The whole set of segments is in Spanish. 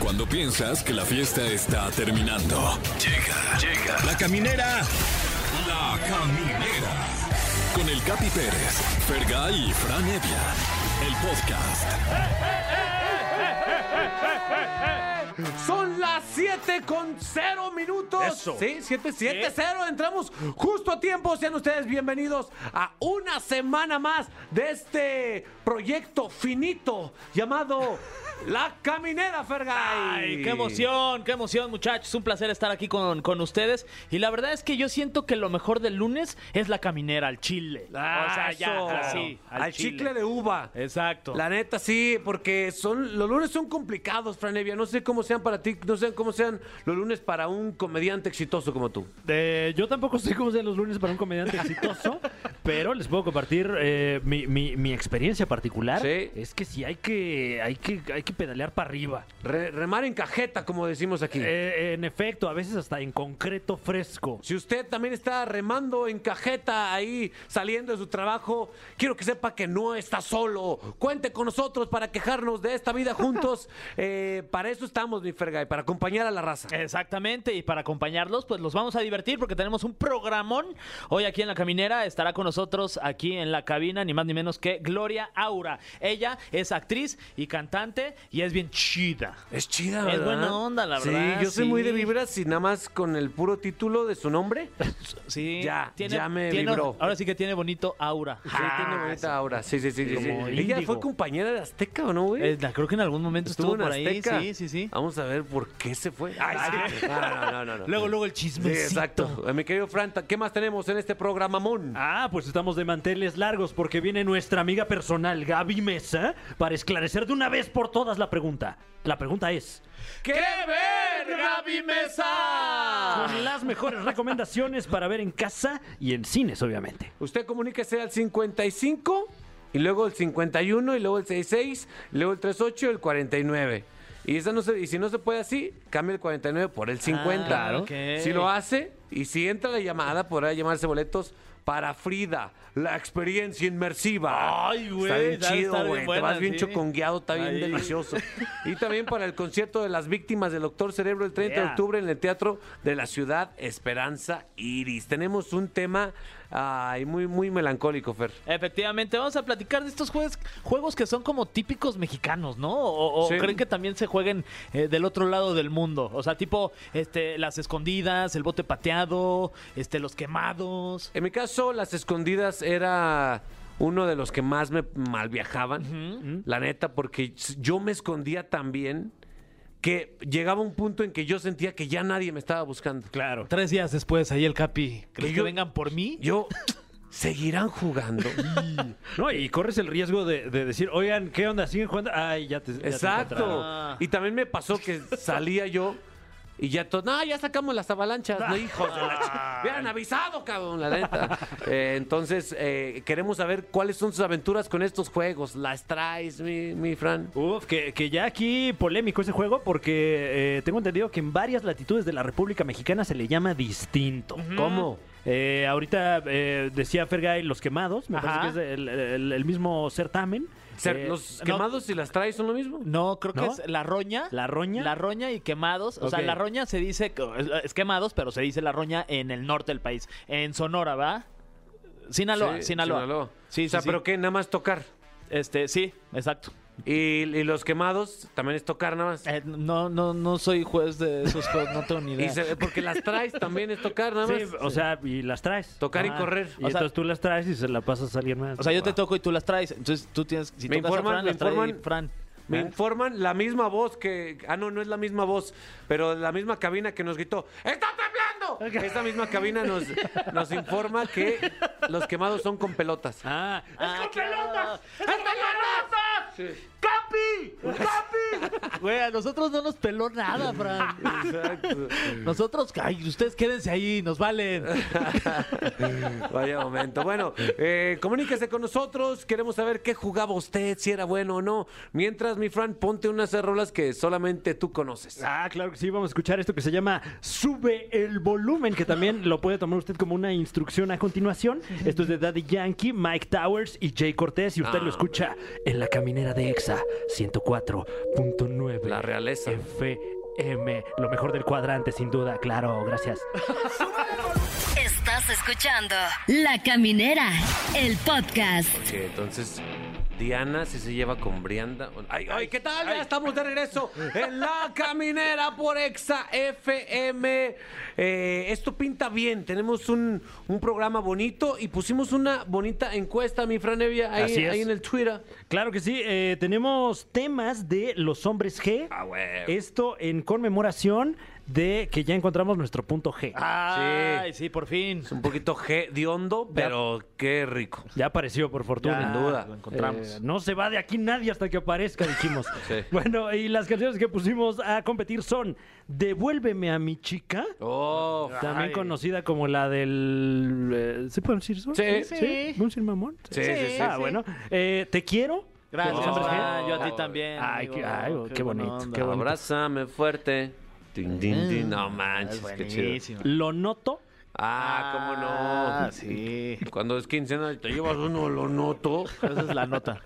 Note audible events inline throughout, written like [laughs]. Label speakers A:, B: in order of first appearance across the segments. A: Cuando piensas que la fiesta está terminando. Llega, llega. La caminera. La caminera. Con el Capi Pérez, Fergay y Fran Evia. El podcast.
B: Son las 7 con 0 minutos.
C: Eso.
B: Sí, 7, 7, 0. Entramos justo a tiempo. Sean ustedes bienvenidos a una semana más de este proyecto finito
C: [laughs]
B: llamado La Caminera, Fergay.
C: Ay, qué emoción, qué emoción, muchachos. Un placer estar aquí con, con ustedes. Y la verdad es que yo siento que lo mejor del lunes es la caminera al chile.
B: Ah,
C: o sea,
B: eso.
C: ya, así,
B: al, chicle de uva.
C: Exacto.
B: La neta, sí, porque son los lunes son complicados, Franevia. No sé cómo sean para ti, no sé cómo sean los lunes para un comediante exitoso como tú.
D: Eh, yo tampoco sé cómo sean los lunes para un comediante
B: [laughs]
D: exitoso, pero les puedo compartir eh, mi, mi- mi experiencia particular.
B: Sí.
D: Es que sí hay que, hay que, hay que pedalear para arriba.
B: Re- remar en cajeta, como decimos aquí.
D: Eh, en efecto, a veces hasta en concreto fresco.
B: Si usted también está remando en cajeta ahí, saliendo de su trabajo, quiero que sepa que no está solo. Cuente con nosotros para quejarnos de esta vida [laughs] juntos. Eh, para eso estamos, mi Fergay, para acompañar a la raza.
C: Exactamente, y para acompañarlos, pues los vamos a divertir porque tenemos un programón hoy aquí en la caminera. Estará con nosotros aquí en la cabina, ni más ni menos que Gloria Aura. Ella es actriz y cantante y es bien chida.
B: Es chida,
C: Es
B: ¿verdad?
C: buena onda, la verdad,
B: Sí, yo soy
C: sí.
B: muy de vibras y nada más con el puro título de su [laughs] nombre.
C: Sí,
B: Ya, ya me vibró.
C: Ahora sí que tiene bonito aura. Ah,
B: Ah, Sí, tiene bonita aura. Sí, sí, sí. sí, sí.
D: Como
B: Ella fue
D: índigo.
B: compañera de Azteca, ¿o no, güey?
C: Eh, la- creo que en algún momento estuvo, por ahí.
B: Azteca. Ah,
C: Sí, sí, sí.
B: Vamos a ver por qué se fue. Ay, sí. No, no, no, [laughs] no, no.
C: Luego, luego el
B: Sí,
C: chisme.
B: exacto. Eh, Mi querido Franta, ¿qué más tenemos en este programa, Mon?
D: Ah, pues estamos de manteles largos porque viene nuestra amiga personal Gaby Mesa para esclarecer de una vez por todas la pregunta. La pregunta es,
B: ¡Qué ver, Gaby
D: con
B: Mesa!
D: las mejores recomendaciones para ver en casa y en cines, obviamente.
B: Usted comuníquese al 55 y luego el 51 y luego el 66, y luego el 38 y el 49. Y, esa no se- y si no se puede así, cambie el 49 por el 50.
C: Ah, claro. Ok.
B: Si lo hace y si entra la llamada, podrá llamarse boletos para Frida, la experiencia inmersiva.
C: Ay, güey,
B: Está bien
C: ha de estar
B: chido,
C: bien
B: güey. Te
C: buena,
B: vas bien
C: sí.
B: chocongueado, está bien
C: Ahí.
B: delicioso. Y también para el concierto de las víctimas del Doctor Cerebro el 30 de
D: Yeah.
B: octubre en el Teatro de la Ciudad Esperanza Iris. Tenemos un tema ay, muy, muy melancólico, Fer.
C: Efectivamente, vamos a platicar de estos juegos, juegos que son como típicos mexicanos, ¿no? O, o
B: Sí.
C: creen que también se jueguen eh, del otro lado del mundo. O sea, tipo este, las escondidas, el bote pateado, este, los quemados.
B: En mi caso, las escondidas era uno de los que más me mal viajaban. La neta, porque yo me escondía tan bien que llegaba un punto en que yo sentía que ya nadie me estaba buscando.
D: Claro.
C: Tres días después, ahí el Capi. ¿Crees
B: Y
C: que,
B: yo-
C: vengan por mí?
B: Yo, ¿seguirán jugando?
D: No, y corres el riesgo de, de decir, oigan, ¿qué onda? ¿Siguen jugando? Ay, ya te. ya te
B: Exacto.
D: encontraron.
B: Y también me pasó que salía yo y ya todo, no, ya sacamos las avalanchas, no, hijos de la ch-". Me han avisado, cabrón, la neta. Eh, entonces, eh, queremos saber cuáles son sus aventuras con estos juegos. ¿Las traes, mi, mi Fran?
C: Eh,
D: Uf, que, que ya aquí polémico ese juego porque eh, tengo entendido que en varias latitudes de la República Mexicana se le llama distinto.
B: ¿Cómo?
D: Eh, ahorita eh, decía Fergay los quemados, me
C: Ajá.
D: parece que es el, el- el mismo certamen.
B: Ser-
D: Eh,
B: ¿Los
C: no.
B: quemados y las traes son lo mismo?
C: No, creo que
D: ¿No?
C: es la roña.
D: ¿La roña?
C: La roña y quemados. O sea,
D: Ok.
C: la roña se dice, que- es quemados, pero se dice la roña en el norte del país. En Sonora, ¿va? Sinaloa,
B: Sí,
C: Sinaloa. Sí,
B: o sea,
C: sí, sí.
B: pero ¿qué? Nada más tocar.
C: Este, sí, exacto.
B: Y, y los quemados también es tocar nada más.
C: Eh, no, no, no soy juez de esos juegos, no [laughs] tengo ni
B: Y
C: idea.
B: se- porque las traes también es tocar nada más.
D: sí, o sea, y las traes.
B: Tocar y
D: Ah.
B: correr.
D: Y
C: O sea-
D: entonces tú las traes y se la pasas a alguien más.
C: O sea, yo te
D: Wow.
C: toco y tú las traes. Entonces tú tienes. Si
B: Me
C: tocas a
B: informan,
C: Fran,
B: me
C: las trae
B: informan.
C: Fran.
B: Me informan la misma voz que. Ah, no, no es la misma voz, pero la misma cabina que nos gritó: ¡Está temblando! Esa misma cabina nos, nos informa que los quemados son con pelotas.
D: Ah,
C: ¡Ah,
B: ¡Es con pelotas!
C: claro! Güey, a nosotros no nos peló nada, Fran. [laughs]
B: Exacto.
C: Nosotros, ay, ustedes quédense ahí, nos valen.
B: Vaya momento. Bueno, eh, comuníquese con nosotros. Queremos saber qué jugaba usted, si era bueno o no. Mientras, mi Fran, ponte unas rolas que solamente tú conoces.
D: Ah, claro que sí, vamos a escuchar esto que se llama Sube el volumen, que también lo puede tomar usted como una instrucción a continuación. Esto es de Daddy Yankee, Mike Towers y Jay Cortés, y usted
B: Ah,
D: lo escucha en la caminera de EXA 104.9. 9.
B: Ah, La realeza.
D: FM, lo mejor del cuadrante, sin duda, claro,
B: [laughs]
D: gracias.
E: Estás escuchando La Caminera, el podcast.
B: Sí, entonces, Diana sí se lleva con Brianda. ¡Ay, ay, qué tal! Ya estamos de regreso en La Caminera por Exa FM. Eh, esto pinta bien. Tenemos un, un programa bonito y pusimos una bonita encuesta, mi Franevia, ahí,
D: Así es.
B: ahí en el Twitter.
D: Claro que sí, eh, tenemos temas de los hombres G.
B: Ah, güey.
D: Esto en conmemoración de que ya encontramos nuestro punto G.
B: Ah.
C: Ay, sí, por fin.
B: Es un poquito G de hondo, pero qué rico.
D: Ya apareció, por fortuna.
B: Sin duda.
C: Lo encontramos.
D: Eh, no se va de aquí nadie hasta que aparezca, dijimos.
B: [laughs] Sí.
D: Bueno, y las canciones que pusimos a competir son Devuélveme a mi chica,
B: Oh,
D: también
C: Ay.
D: conocida como la del... eh, ¿Se puede decir eso?
B: Sí.
D: ¿Sí? ¿Podemos decir mamón?
B: Sí, sí, sí,
D: Ah,
B: sí.
D: bueno. Eh, Te quiero.
C: Gracias,
B: Oh.
C: hombre. Ah, yo a ti también.
D: Ay,
C: amigo.
D: qué- ay, qué
C: buena
D: bonito,
C: onda.
D: qué bonito.
B: abrázame fuerte. Din, din, din. No manches,
C: Mm. Es
B: qué chido.
C: buenísima.
D: Lo noto.
B: Ah, cómo no. [laughs]
C: Ah, sí.
B: Cuando es quincena y te llevas uno, lo noto.
C: Esa es la nota.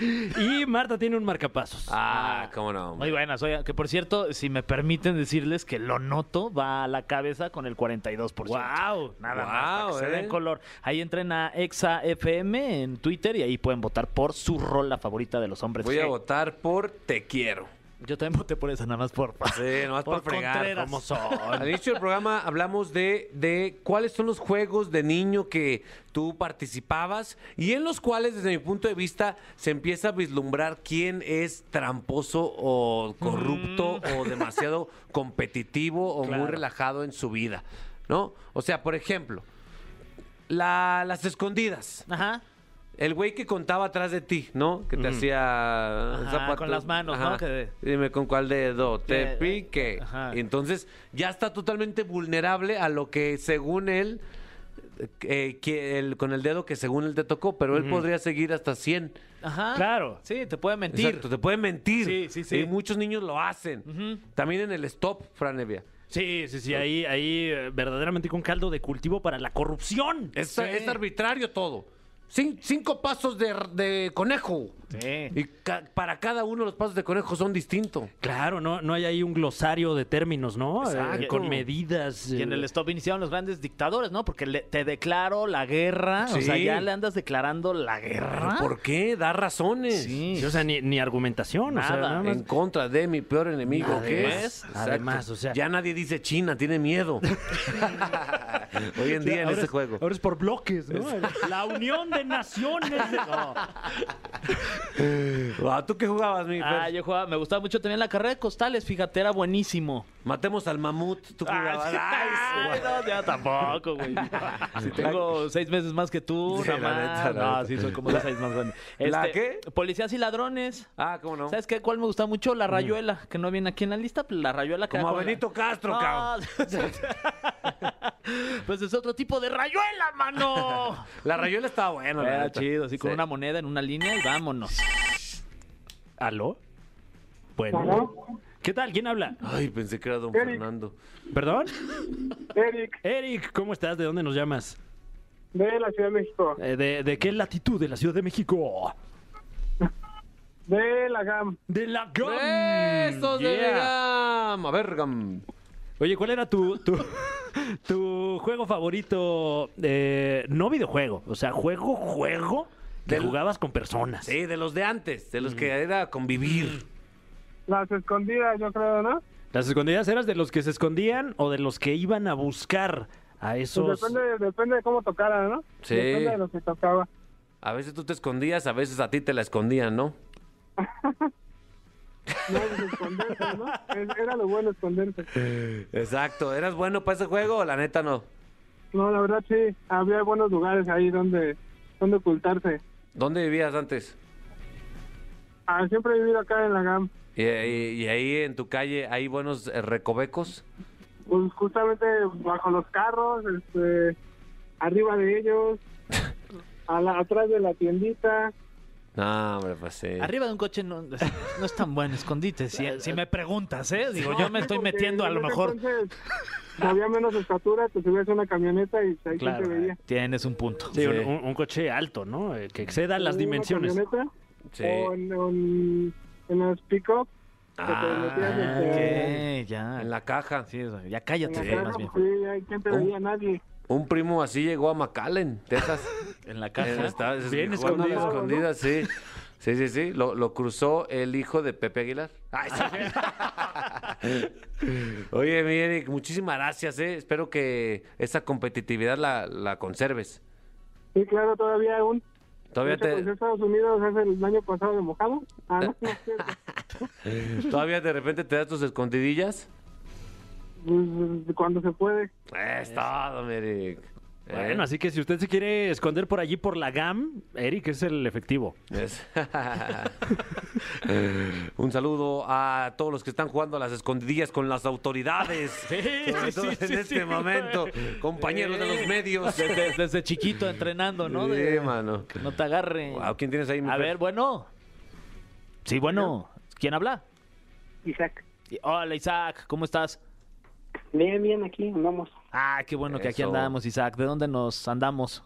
D: Y Marta tiene un marcapasos.
B: Ah, cómo no.
C: Muy buenas, oiga, que por cierto, si me permiten decirles que lo noto, va a la cabeza con el 42%.
D: Guau.
C: Nada
B: Guau,
C: más, para que se
B: eh.
C: den color. Ahí entren a Exa FM en Twitter y ahí pueden votar por su rola favorita de los hombres.
B: Voy a
C: G.
B: votar por Te Quiero.
C: Yo también voté por esa, nada más por...
B: Sí, nomás
C: Por
B: para fregar.
C: Contreras. [laughs]
B: ¿cómo son? Al inicio del programa hablamos de, de cuáles son los juegos de niño que tú participabas y en los cuales, desde mi punto de vista, se empieza a vislumbrar quién es tramposo o corrupto
C: Mm.
B: o
C: [laughs]
B: demasiado competitivo o muy relajado en su vida, ¿no? O sea, por ejemplo, la- las escondidas.
C: Ajá.
B: El güey que contaba atrás de ti, ¿no? Que te hacía
C: Ajá,
B: zapatos.
C: con las manos, ¿no? Que-
B: Dime con cuál dedo te
C: Que- eh,
B: pique.
C: Ajá.
B: Y entonces ya está totalmente vulnerable a lo que según él, eh, que el- con el dedo que según él te tocó, pero él podría seguir hasta 100.
C: Ajá.
D: Claro.
C: Sí, te puede mentir.
B: Exacto, te puede mentir.
C: Sí, sí, sí.
B: Y muchos niños lo hacen. También en el stop, Franevia.
D: Sí, sí, sí, ahí, ahí eh, verdaderamente con caldo de cultivo para la corrupción.
B: Es, es arbitrario todo. Cin- cinco pasos de, de conejo.
C: Sí.
B: Y ca- para cada uno los pasos de conejo son distintos.
D: Claro, no, no hay ahí un glosario de términos, ¿no? Eh,
B: Exacto.
D: con medidas.
C: Y en
D: eh,
C: el stop iniciaron los grandes dictadores, ¿no? Porque le- te declaro la guerra. O sea,
B: Sí.
C: ya le andas declarando la
B: ¿Pero
C: guerra.
B: ¿Por qué? Da razones.
C: Ah. Sí.
D: sí, o sea, ni, ni argumentación, o sea,
C: Nada,
D: nada más.
B: En contra de mi peor enemigo, ¿qué es?
D: Además, además, o sea-
B: Ya nadie dice China, tiene miedo. Hoy en
D: O sea,
B: día en
D: ahora
B: ese
D: es-
B: juego.
D: Ahora es por bloques, ¿no? [laughs] La unión de naciones. No.
B: Ah, ¿Tú qué jugabas, mi
C: Ah,
B: Fer?
C: yo jugaba, me gustaba mucho también la carrera de costales, fíjate, era buenísimo.
B: Matemos al mamut. Tú jugabas. Ay,
C: Ay,
B: su-
C: no, ya tampoco,
B: [laughs]
C: güey. Si tengo seis meses más que tú,
B: Sí,
C: nada
B: la
C: más.
B: neta, la
C: no,
B: neta.
C: sí, soy como de seis más grande.
B: [laughs]
C: Este,
B: ¿La qué?
C: Policías y ladrones.
B: Ah, ¿cómo no? Mm.
C: ¿Sabes qué? ¿Cuál me gusta mucho? La rayuela, que no viene aquí en la lista, pero la rayuela que
B: Como
C: era
B: a
C: con la-
B: Benito Castro,
C: No,
B: cabrón.
C: [laughs] pues es otro tipo de rayuela,
B: [laughs]
C: mano.
B: La rayuela estaba buena, la
C: Era
B: Ah, neta.
C: chido, así con
B: Sí.
C: una moneda en una línea y vámonos.
D: ¿Aló? Bueno. ¿Qué tal? ¿Quién habla?
B: Ay, pensé que era don Fernando.
D: ¿Perdón?
F: Eric,
D: Eric, ¿cómo estás? ¿De dónde nos llamas?
F: de la Ciudad de México,
D: Eh, ¿de, de qué latitud de la Ciudad de México?
F: de la GAM,
D: De la GAM.
B: ¡Besos de
D: Mm, Yeah.
B: Gam! A ver, Gam.
D: Oye, ¿cuál era tu, tu, [laughs] tu juego favorito? eh, no videojuego, o sea, juego, juego que
B: Del-
D: jugabas con personas.
B: Sí, de los de antes, de los que era convivir.
F: las escondidas, yo creo, ¿no? Pues
D: ¿Las escondidas eras de los que se escondían o de los que iban a buscar a esos?
F: Pues depende, depende de cómo tocara, ¿no?
B: Sí.
F: Depende de lo que tocaba.
B: A veces tú te escondías, a veces a ti te la escondían, ¿no?
F: No, pues, esconderse, ¿no? Es- Era lo bueno esconderse.
B: Exacto, ¿eras bueno para ese juego o la neta no?
F: No, la verdad sí, había buenos lugares ahí donde, donde ocultarse.
B: ¿Dónde vivías antes?
F: Ah, siempre he vivido acá en la GAM.
B: Y, y- y ahí en tu calle hay buenos eh, recovecos.
F: Pues justamente bajo los carros, este, arriba de ellos, a la- atrás de la tiendita.
B: No, hombre, pues sí.
C: Arriba de un coche no, no es tan buen escondite, si, si me preguntas, ¿eh? Digo, yo me
B: [laughs]
C: estoy
F: Porque
C: metiendo a
F: en
C: lo
F: ese
C: mejor.
F: entonces, había menos estatura, te subías a una camioneta y ahí
D: Claro.
F: te veía.
C: Tienes un punto.
D: Sí,
B: Sí.
D: Un, un- un coche alto, ¿no? Eh, Que exceda las
F: en una
D: dimensiones.
F: camioneta
B: Sí.
F: O en, en- en los pick-up Ah, metías, este,
C: ok, ya.
B: En la caja.
C: Sí, eso, ya
F: En la
C: cállate.
F: casa,
C: más bien. Uh.
F: sí, ahí, ¿quién te
B: Un-
F: veía? Nadie.
B: Un primo así llegó a McAllen, Texas.
C: En la
B: Eh,
C: caja. [laughs]
B: Está,
D: Bien
B: llegó a una
D: escondido.
B: escondida, sí. Sí, sí, sí. Lo, lo cruzó el hijo de Pepe Aguilar. Ay, sí. Oye, mi Eric, muchísimas gracias, ¿eh? Espero que esa competitividad la, la conserves.
F: Sí, claro, todavía un.
B: Todavía
F: Lucha con
B: te,
F: pues, Estados Unidos hace el año pasado de mojado. Ah,
C: Eh.
F: no, no es cierto.
B: Eh, todavía de repente te das tus escondidillas.
F: Pues, Cuando se puede.
B: Es todo, mi Eric. Eh,
D: Bueno, así que si usted se quiere esconder por allí por la GAM, Eric es el efectivo.
B: es- [laughs] Un saludo a todos los que están jugando a las escondidillas con las
C: [laughs]
B: autoridades. Sobre todo en este momento, compañeros de los
C: [laughs]
B: medios.
C: Pues, Desde, desde chiquito entrenando, ¿no? De-
B: Sí, mano.
C: que no te agarre.
B: Wow, ¿quién tienes ahí? mi
C: A
B: Fer?
C: ver, bueno. Sí, bueno. ¿Quién habla?
F: Isaac.
C: Y- Hola, Isaac. ¿Cómo estás?
F: Bien, bien, aquí andamos.
C: Ah, qué bueno que aquí
B: Eso.
C: andamos, Isaac. ¿De dónde nos andamos?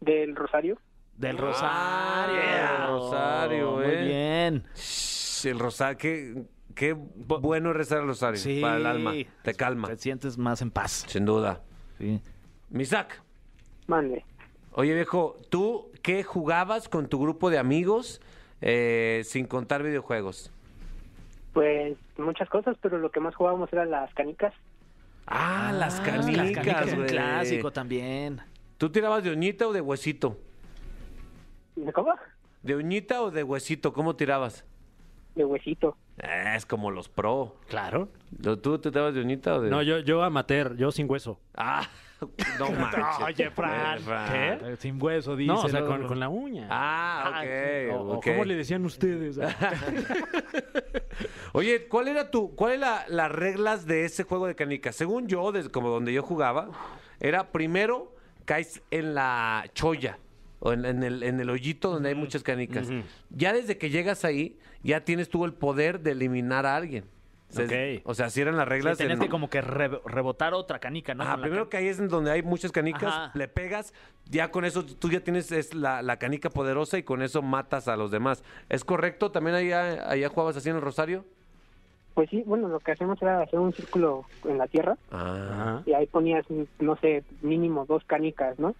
F: Del Rosario.
C: Del
B: Ah,
C: Rosario.
B: del Rosario,
C: Muy
B: eh.
C: bien.
B: Shh, El rosario, qué, qué bueno es rezar el rosario
C: Sí.
B: para el alma. Te calma,
C: Te sientes más en paz.
B: sin duda.
C: Sí.
B: Misak,
F: Mande.
B: oye viejo, ¿tú qué jugabas con tu grupo de amigos eh, sin contar videojuegos?
G: Pues muchas cosas, pero lo que más jugábamos eran las canicas.
B: Ah, las
C: Las canicas
B: canicas,
C: es un
B: güey.
C: clásico también.
B: ¿Tú tirabas de uñita o de huesito?
G: ¿De cómo?
B: ¿De uñita o de huesito? ¿Cómo tirabas?
G: De huesito.
B: Eh, es como los pro.
D: Claro.
B: ¿Tú tú te dabas de uñita o de.?
D: No, yo, yo amateur, yo sin hueso.
B: Ah, [laughs] no manches.
C: Oye, Fran.
B: Eh, Fran.
C: Eh, Sin hueso, dice.
D: No, o sea, con, con la uña.
B: Ah,
D: O-
B: ok.
D: o
B: ok.
D: ¿Cómo le decían
B: [laughs]
D: ustedes?
B: Oye, ¿cuál era tu, cuál era las reglas de ese juego de canicas? Según yo, desde como donde yo jugaba, era primero caes en la cholla o en, en el, en el hoyito donde hay muchas canicas. Ya desde que llegas ahí, ya tienes tú el poder de eliminar a alguien. O sea,
D: Ok.
B: O sea, así eran las
C: Sí,
B: reglas.
C: tenías
B: en-
C: que como que re- rebotar otra canica, ¿no?
B: Ajá,
C: Con la
B: Ah, primero
C: can-
B: que ahí es en donde hay muchas canicas,
C: Ajá.
B: le pegas, ya con eso tú ya tienes es la, la canica poderosa y con eso matas a los demás. ¿Es correcto? ¿También allá, allá jugabas así en el Rosario?
G: Pues sí, bueno, lo que hacíamos era hacer un círculo en la tierra
B: Ah.
D: Ajá.
G: y ahí ponías, no sé, mínimo dos canicas, ¿no?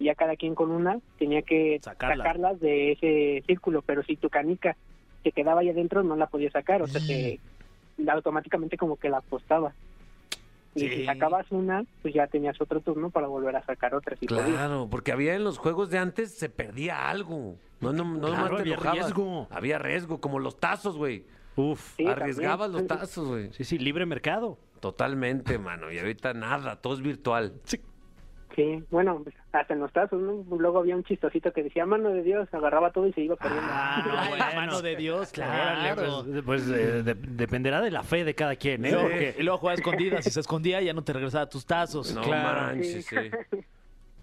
G: Y ya cada quien con una tenía que
C: Sacarlas.
G: sacarlas de ese círculo, pero si tu canica se quedaba ahí adentro no la podías sacar, o sea, se, automáticamente como que la apostaba. Y
C: Sí.
G: si sacabas una, pues ya tenías otro turno para volver a sacar otra. Si podías.
B: Claro, porque había en los juegos de antes se perdía algo. No, no, no nomás
D: Claro,
B: te
D: había
B: enojabas.
D: riesgo.
B: Había riesgo, como los tazos, güey.
D: Uf.
G: Sí,
B: Arriesgabas
G: también.
B: los tazos, güey.
D: Sí, sí, libre mercado.
B: Totalmente, mano. Y ahorita nada, todo es virtual.
G: Sí, bueno, pues, hasta en los tazos, ¿no? Luego había un chistosito que decía, mano de Dios, agarraba todo y se iba corriendo.
C: Ah, no,
D: Bueno.
C: [laughs] la mano de Dios, claro.
D: Órale, Pues, pues, eh, de- dependerá de la fe de cada quien, ¿eh?
C: Sí.
D: Porque-
C: Y luego jugaba a escondidas. Si se escondía, ya no te regresaba a tus tazos.
B: No manches, sí.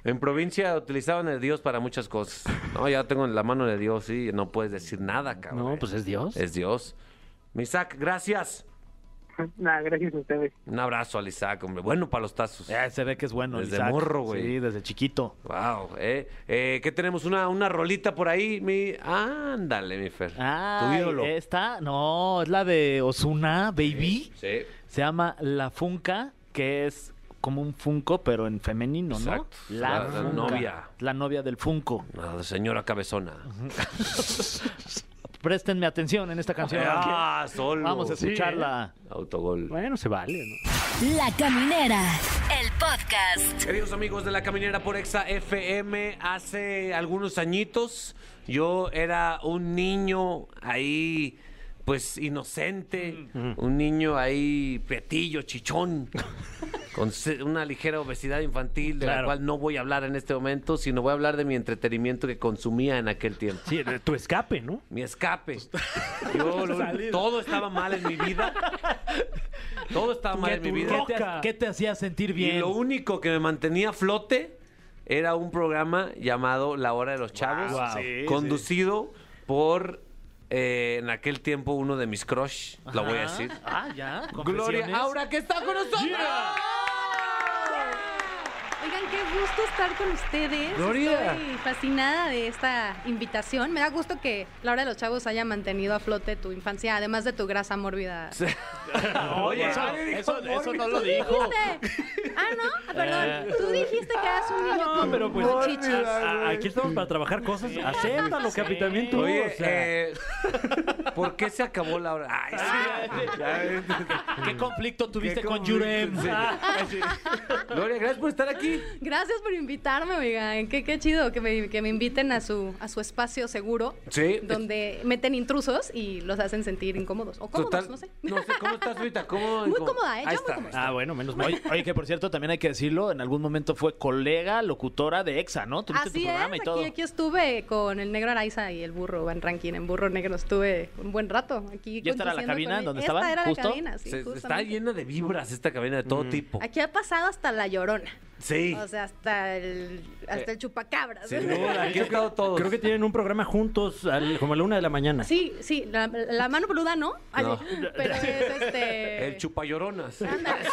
B: En provincia utilizaban el Dios para muchas cosas. No, ya tengo la mano de Dios, sí. No puedes decir nada,
C: Ah,
B: cabrón.
D: No, pues es Dios.
B: Es Dios. Mi Isaac, gracias.
G: [laughs] Nada, gracias a ustedes.
B: Un abrazo al Isaac, hombre. Bueno para los tazos.
C: Eh, se ve que es bueno.
B: Desde
C: Isaac.
B: morro, güey.
C: Sí, desde chiquito.
B: Wow, eh. Eh, ¿Qué tenemos? Una, una rolita por ahí, mi. Ándale, mi Fer. tu ídolo.
C: esta, no, es la de Osuna, baby.
B: Sí,
C: Se llama La Funca, que es como un Funko, pero en femenino, ¿no?
B: Exacto. La- la
C: Funca.
B: novia.
C: La novia del Funko.
B: la señora cabezona.
C: Préstenme atención en esta canción.
B: Ah, solo.
C: Vamos a escucharla.
B: Autogol.
D: Bueno, se vale, ¿no?
E: La Caminera, el podcast.
B: Queridos amigos de la caminera por Exa FM, hace algunos añitos yo era un niño ahí, pues inocente, un niño ahí pretillo, chichón, [laughs] con se- una ligera obesidad infantil, de la
D: Claro.
B: cual no voy a hablar en este momento, sino voy a hablar de mi entretenimiento que consumía en aquel tiempo
D: Sí, de tu escape, ¿no?
B: mi escape.
D: [laughs]
B: Yo, lo-
D: Pues, Salida.
B: todo estaba mal en mi vida. Todo estaba mal en mi
D: tu
B: vida.
C: ¿Qué te,
D: Roca.
C: qué te hacía sentir bien?
B: Y lo único que me mantenía a flote era un programa llamado La Hora de los Chavos,
D: Wow. Sí,
B: conducido por, eh, en aquel tiempo, uno de mis crush, lo voy a
C: Ajá.
B: decir.
C: Ah, ya.
B: Gloria
C: confesiones.
B: Aura, que está con nosotros.
H: Oigan, qué gusto estar con ustedes.
B: Gloria.
H: Estoy fascinada de esta invitación. Me da gusto que la hora de los chavos haya mantenido a flote tu infancia, además de tu grasa mórbida.
C: Oye, eso, eso- eso no lo dijo.
H: ¿Dijiste? Ah, no, ah, perdón. Tú dijiste que eras un niño con
D: pero pues-
H: con chichis.
D: A- Aquí estamos para trabajar cosas. Acéptalo, capitán. bien tú,
B: Oye,
D: o sea.
B: eh, ¿por qué se acabó la hora? Ay, sí. Ya,
C: ¿Qué conflicto tuviste
B: qué
C: con
B: conflicto,
C: Jurem?
B: sí. Gloria, gracias por estar aquí.
H: Gracias por invitarme, oigan. Qué, qué chido que me, que me inviten a su, a su espacio seguro.
B: Sí.
H: Donde meten intrusos y los hacen sentir incómodos. O cómodos,
B: Total,
H: no sé.
B: ¿cómo estás ahorita? ¿Cómo,
H: Muy
B: cómo-
H: cómoda, ¿eh?
B: Ahí
H: Yo muy
B: está.
H: cómoda.
D: Ah, bueno, menos
C: [laughs]
D: mal.
C: Oye, oye, que por cierto, también hay que decirlo, en algún momento fue colega, locutora de EXA, ¿no? Tuviste tu
H: Así es,
C: programa y todo.
H: aquí, aquí estuve con el negro Araiza y el burro Van Rankin. En burro negro estuve un buen rato. Aquí
C: ¿Y esta era la
H: conduciendo
C: cabina
H: con él.
C: donde
H: Esta
C: estaban,
H: era
C: justo?
H: la cabina, sí,
B: Se- está
H: justamente.
B: llena de vibras esta cabina de todo tipo.
H: Aquí ha pasado hasta la llorona.
B: Sí. Eh,
H: O sea, hasta el, hasta el chupacabras.
B: Sin duda, aquí he estado todos.
D: Creo que tienen un programa juntos al- como a la una de la mañana.
H: Sí, sí, la, la mano peluda no, Ale,
B: No.
H: pero es este...
B: El chupalloronas.
H: Ándale.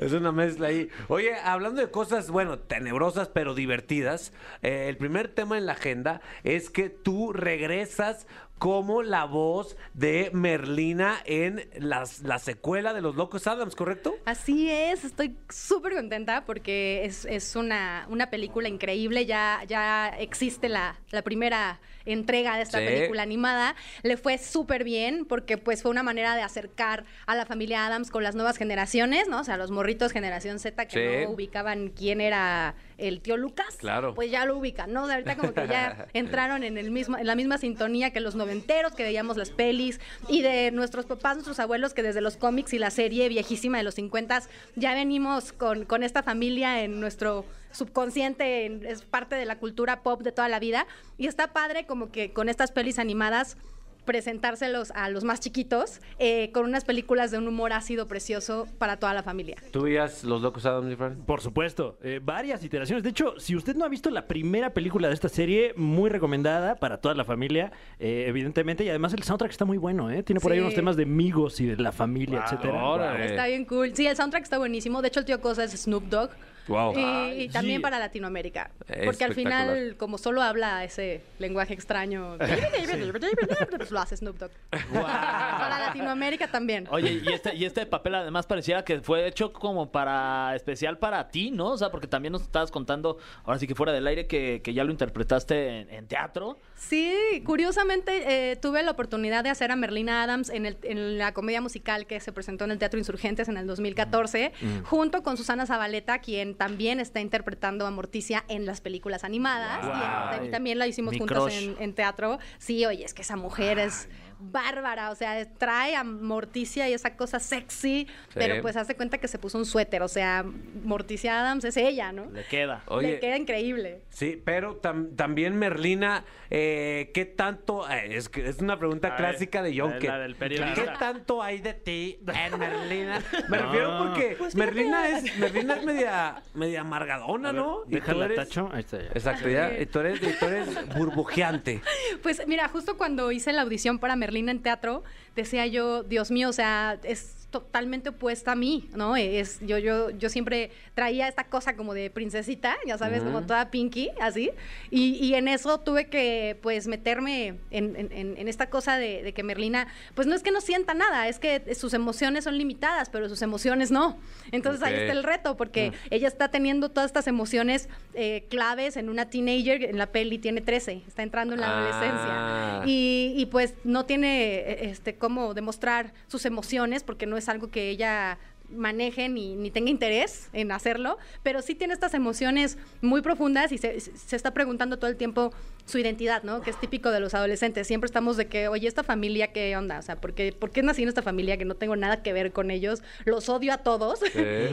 B: Es una mezcla ahí. Oye, hablando de cosas, bueno, tenebrosas pero divertidas, eh, el primer tema en la agenda es que tú regresas como la voz de Merlina en las, la secuela de Los Locos Adams, ¿correcto?
H: Así es, estoy súper contenta porque es, es una, una película increíble, ya, ya existe la, la primera entrega de esta
B: Sí.
H: película animada, le fue súper bien porque pues fue una manera de acercar a la familia Adams con las nuevas generaciones, ¿no? O sea, los morritos generación Z que
B: Sí.
H: no ubicaban quién era el tío Lucas,
B: Claro.
H: pues ya lo ubican, ¿no? De ahorita como que ya entraron en, el mismo, en la misma sintonía que los noventeros que veíamos las pelis y de nuestros papás, nuestros abuelos que desde los cómics y la serie viejísima de los 50 ya venimos con, con esta familia en nuestro subconsciente, en- es parte de la cultura pop de toda la vida y está padre como que con estas pelis animadas presentárselos a los más chiquitos eh, con unas películas de un humor ácido precioso para toda la familia.
B: ¿Tú veías Los Locos Adams, mi friend?
D: Por supuesto, eh, varias iteraciones. De hecho, si usted no ha visto la primera película de esta serie, muy recomendada para toda la familia, eh, evidentemente. Y además el soundtrack está muy bueno, ¿eh? Tiene por ahí
H: Sí.
D: unos temas de amigos y de la familia, etcétera.
B: órale.
H: Está bien cool. Sí, el soundtrack está buenísimo. De hecho, el tío Cosa es Snoop Dogg.
B: Wow.
H: Y, y también para Latinoamérica. Porque al final,
B: Espectacular.
H: como solo habla ese lenguaje extraño, [laughs] pues lo hace Snoop Dogg. para Latinoamérica también.
C: Oye, y este, y este papel además pareciera que fue hecho como para especial para ti, ¿no? O sea, porque también nos estabas contando, ahora sí que fuera del aire, que, que ya lo interpretaste en, en teatro.
H: Sí, curiosamente eh, tuve la oportunidad de hacer a Merlina Adams en, el- en la comedia musical que se presentó en el Teatro Insurgentes en el 2014, junto con Susana Zabaleta, quien también está interpretando a Morticia en las películas animadas. Y, en- y también la hicimos
C: Mi
H: juntas
C: crush.
H: en, en teatro. Sí, oye, es que esa mujer es bárbara, o sea, trae a Morticia y esa cosa sexy, pero pues hace cuenta que se puso un suéter, o sea, Morticia Adams es ella, ¿no?
C: Le queda.
B: Oye.
H: Le queda increíble.
B: Sí, pero tam- también Merlina, eh, ¿qué tanto? eh, es, que es una pregunta clásica de Yonke.
C: la del periodista.
B: ¿Qué tanto hay de ti en Merlina? Me refiero porque
H: Pues
B: Merlina, es, Merlina
H: [laughs]
B: es media, media amargadona, ¿no? Y tú
D: Déjala,
B: eres-
D: Tacho. Ahí está ya.
B: Exacto, ya. Y tú eres, y tú eres burbujeante.
H: Pues mira, justo cuando hice la audición para Merlina en teatro, decía yo, Dios mío, o sea, es totalmente opuesta a mí, ¿no? E-, Es, yo, yo, yo siempre traía esta cosa como de princesita, ya sabes, como toda pinky, así. Y, y en eso tuve que, pues, meterme en, en- en- en esta cosa de, de que Merlina, pues no es que no sienta nada, es que sus emociones son limitadas, pero sus emociones no. Entonces ahí
B: Ok.
H: está el reto, porque ella está teniendo todas estas emociones eh, claves en una teenager, en la peli tiene 13, está entrando en la
B: Ah.
H: adolescencia. Y, y, pues no tiene eh, este cómo demostrar sus emociones porque no es algo que ella maneje ni, ni tenga interés en hacerlo, pero sí tiene estas emociones muy profundas y se, se está preguntando todo el tiempo su identidad, ¿no? Que es típico de los adolescentes. Siempre estamos de que, oye, esta familia, ¿qué onda? O sea, ¿por qué, por qué nací en esta familia que no tengo nada que ver con ellos? Los odio a todos.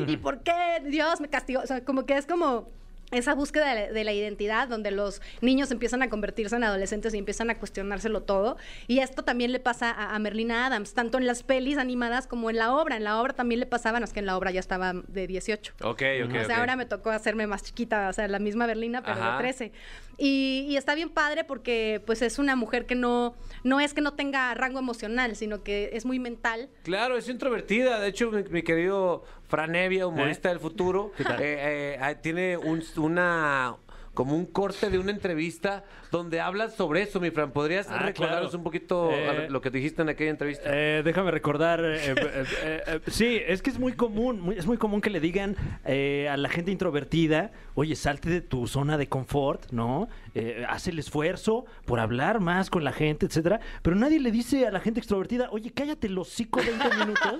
H: ¿Y por qué Dios me castigó? O sea, como que es como esa búsqueda de la, de la identidad donde los niños empiezan a convertirse en adolescentes y empiezan a cuestionárselo todo. Y esto también le pasa a, a Merlina Adams, tanto en las pelis animadas como en la obra. En la obra también le pasaba, no es que en la obra ya estaba de 18.
B: Ok, ok.
H: O sea, ahora me tocó hacerme más chiquita, o sea, la misma Berlina, pero
B: Ajá.
H: de 13. Y, y está bien padre porque pues es una mujer que no, no es que no tenga rango emocional, sino que es muy mental.
B: Claro, es introvertida. De hecho, mi, mi querido Franevia, humorista del futuro, eh, eh, eh, tiene un- una como un corte de una entrevista donde hablas sobre eso, mi Fran. ¿Podrías
D: Ah,
B: recordarnos
D: claro.
B: un poquito
D: Eh,
B: al- lo que dijiste en aquella entrevista?
D: Eh, déjame recordar. eh, eh, eh, eh, sí, es que es muy común, muy- es muy común que le digan eh, a la gente introvertida, oye, salte de tu zona de confort, ¿no? Eh, haz el esfuerzo por hablar más con la gente, etcétera. Pero nadie le dice a la gente extrovertida, oye, cállate los 5 20 minutos.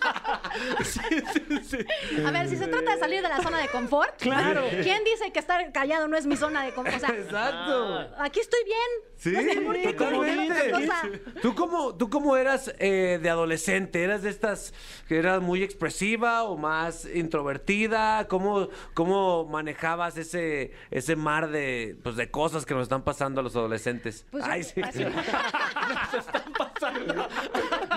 D: Sí, sí, sí.
H: A ver, si se trata de salir de la zona de confort,
D: [laughs] Claro.
H: ¿quién dice que estar callado no es mi zona de confort? O sea,
B: [laughs]
D: Ah.
B: Exacto.
H: aquí estoy bien.
B: Sí,
H: No sé por qué
B: totalmente.
H: quiero otra cosa.
B: ¿Tú cómo, ¿Tú cómo eras eh, de adolescente? ¿Eras de estas que eras muy expresiva o más introvertida? ¿Cómo, cómo manejabas ese, ese mar de, pues, de cosas que nos están pasando a los adolescentes?
H: Pues yo- así-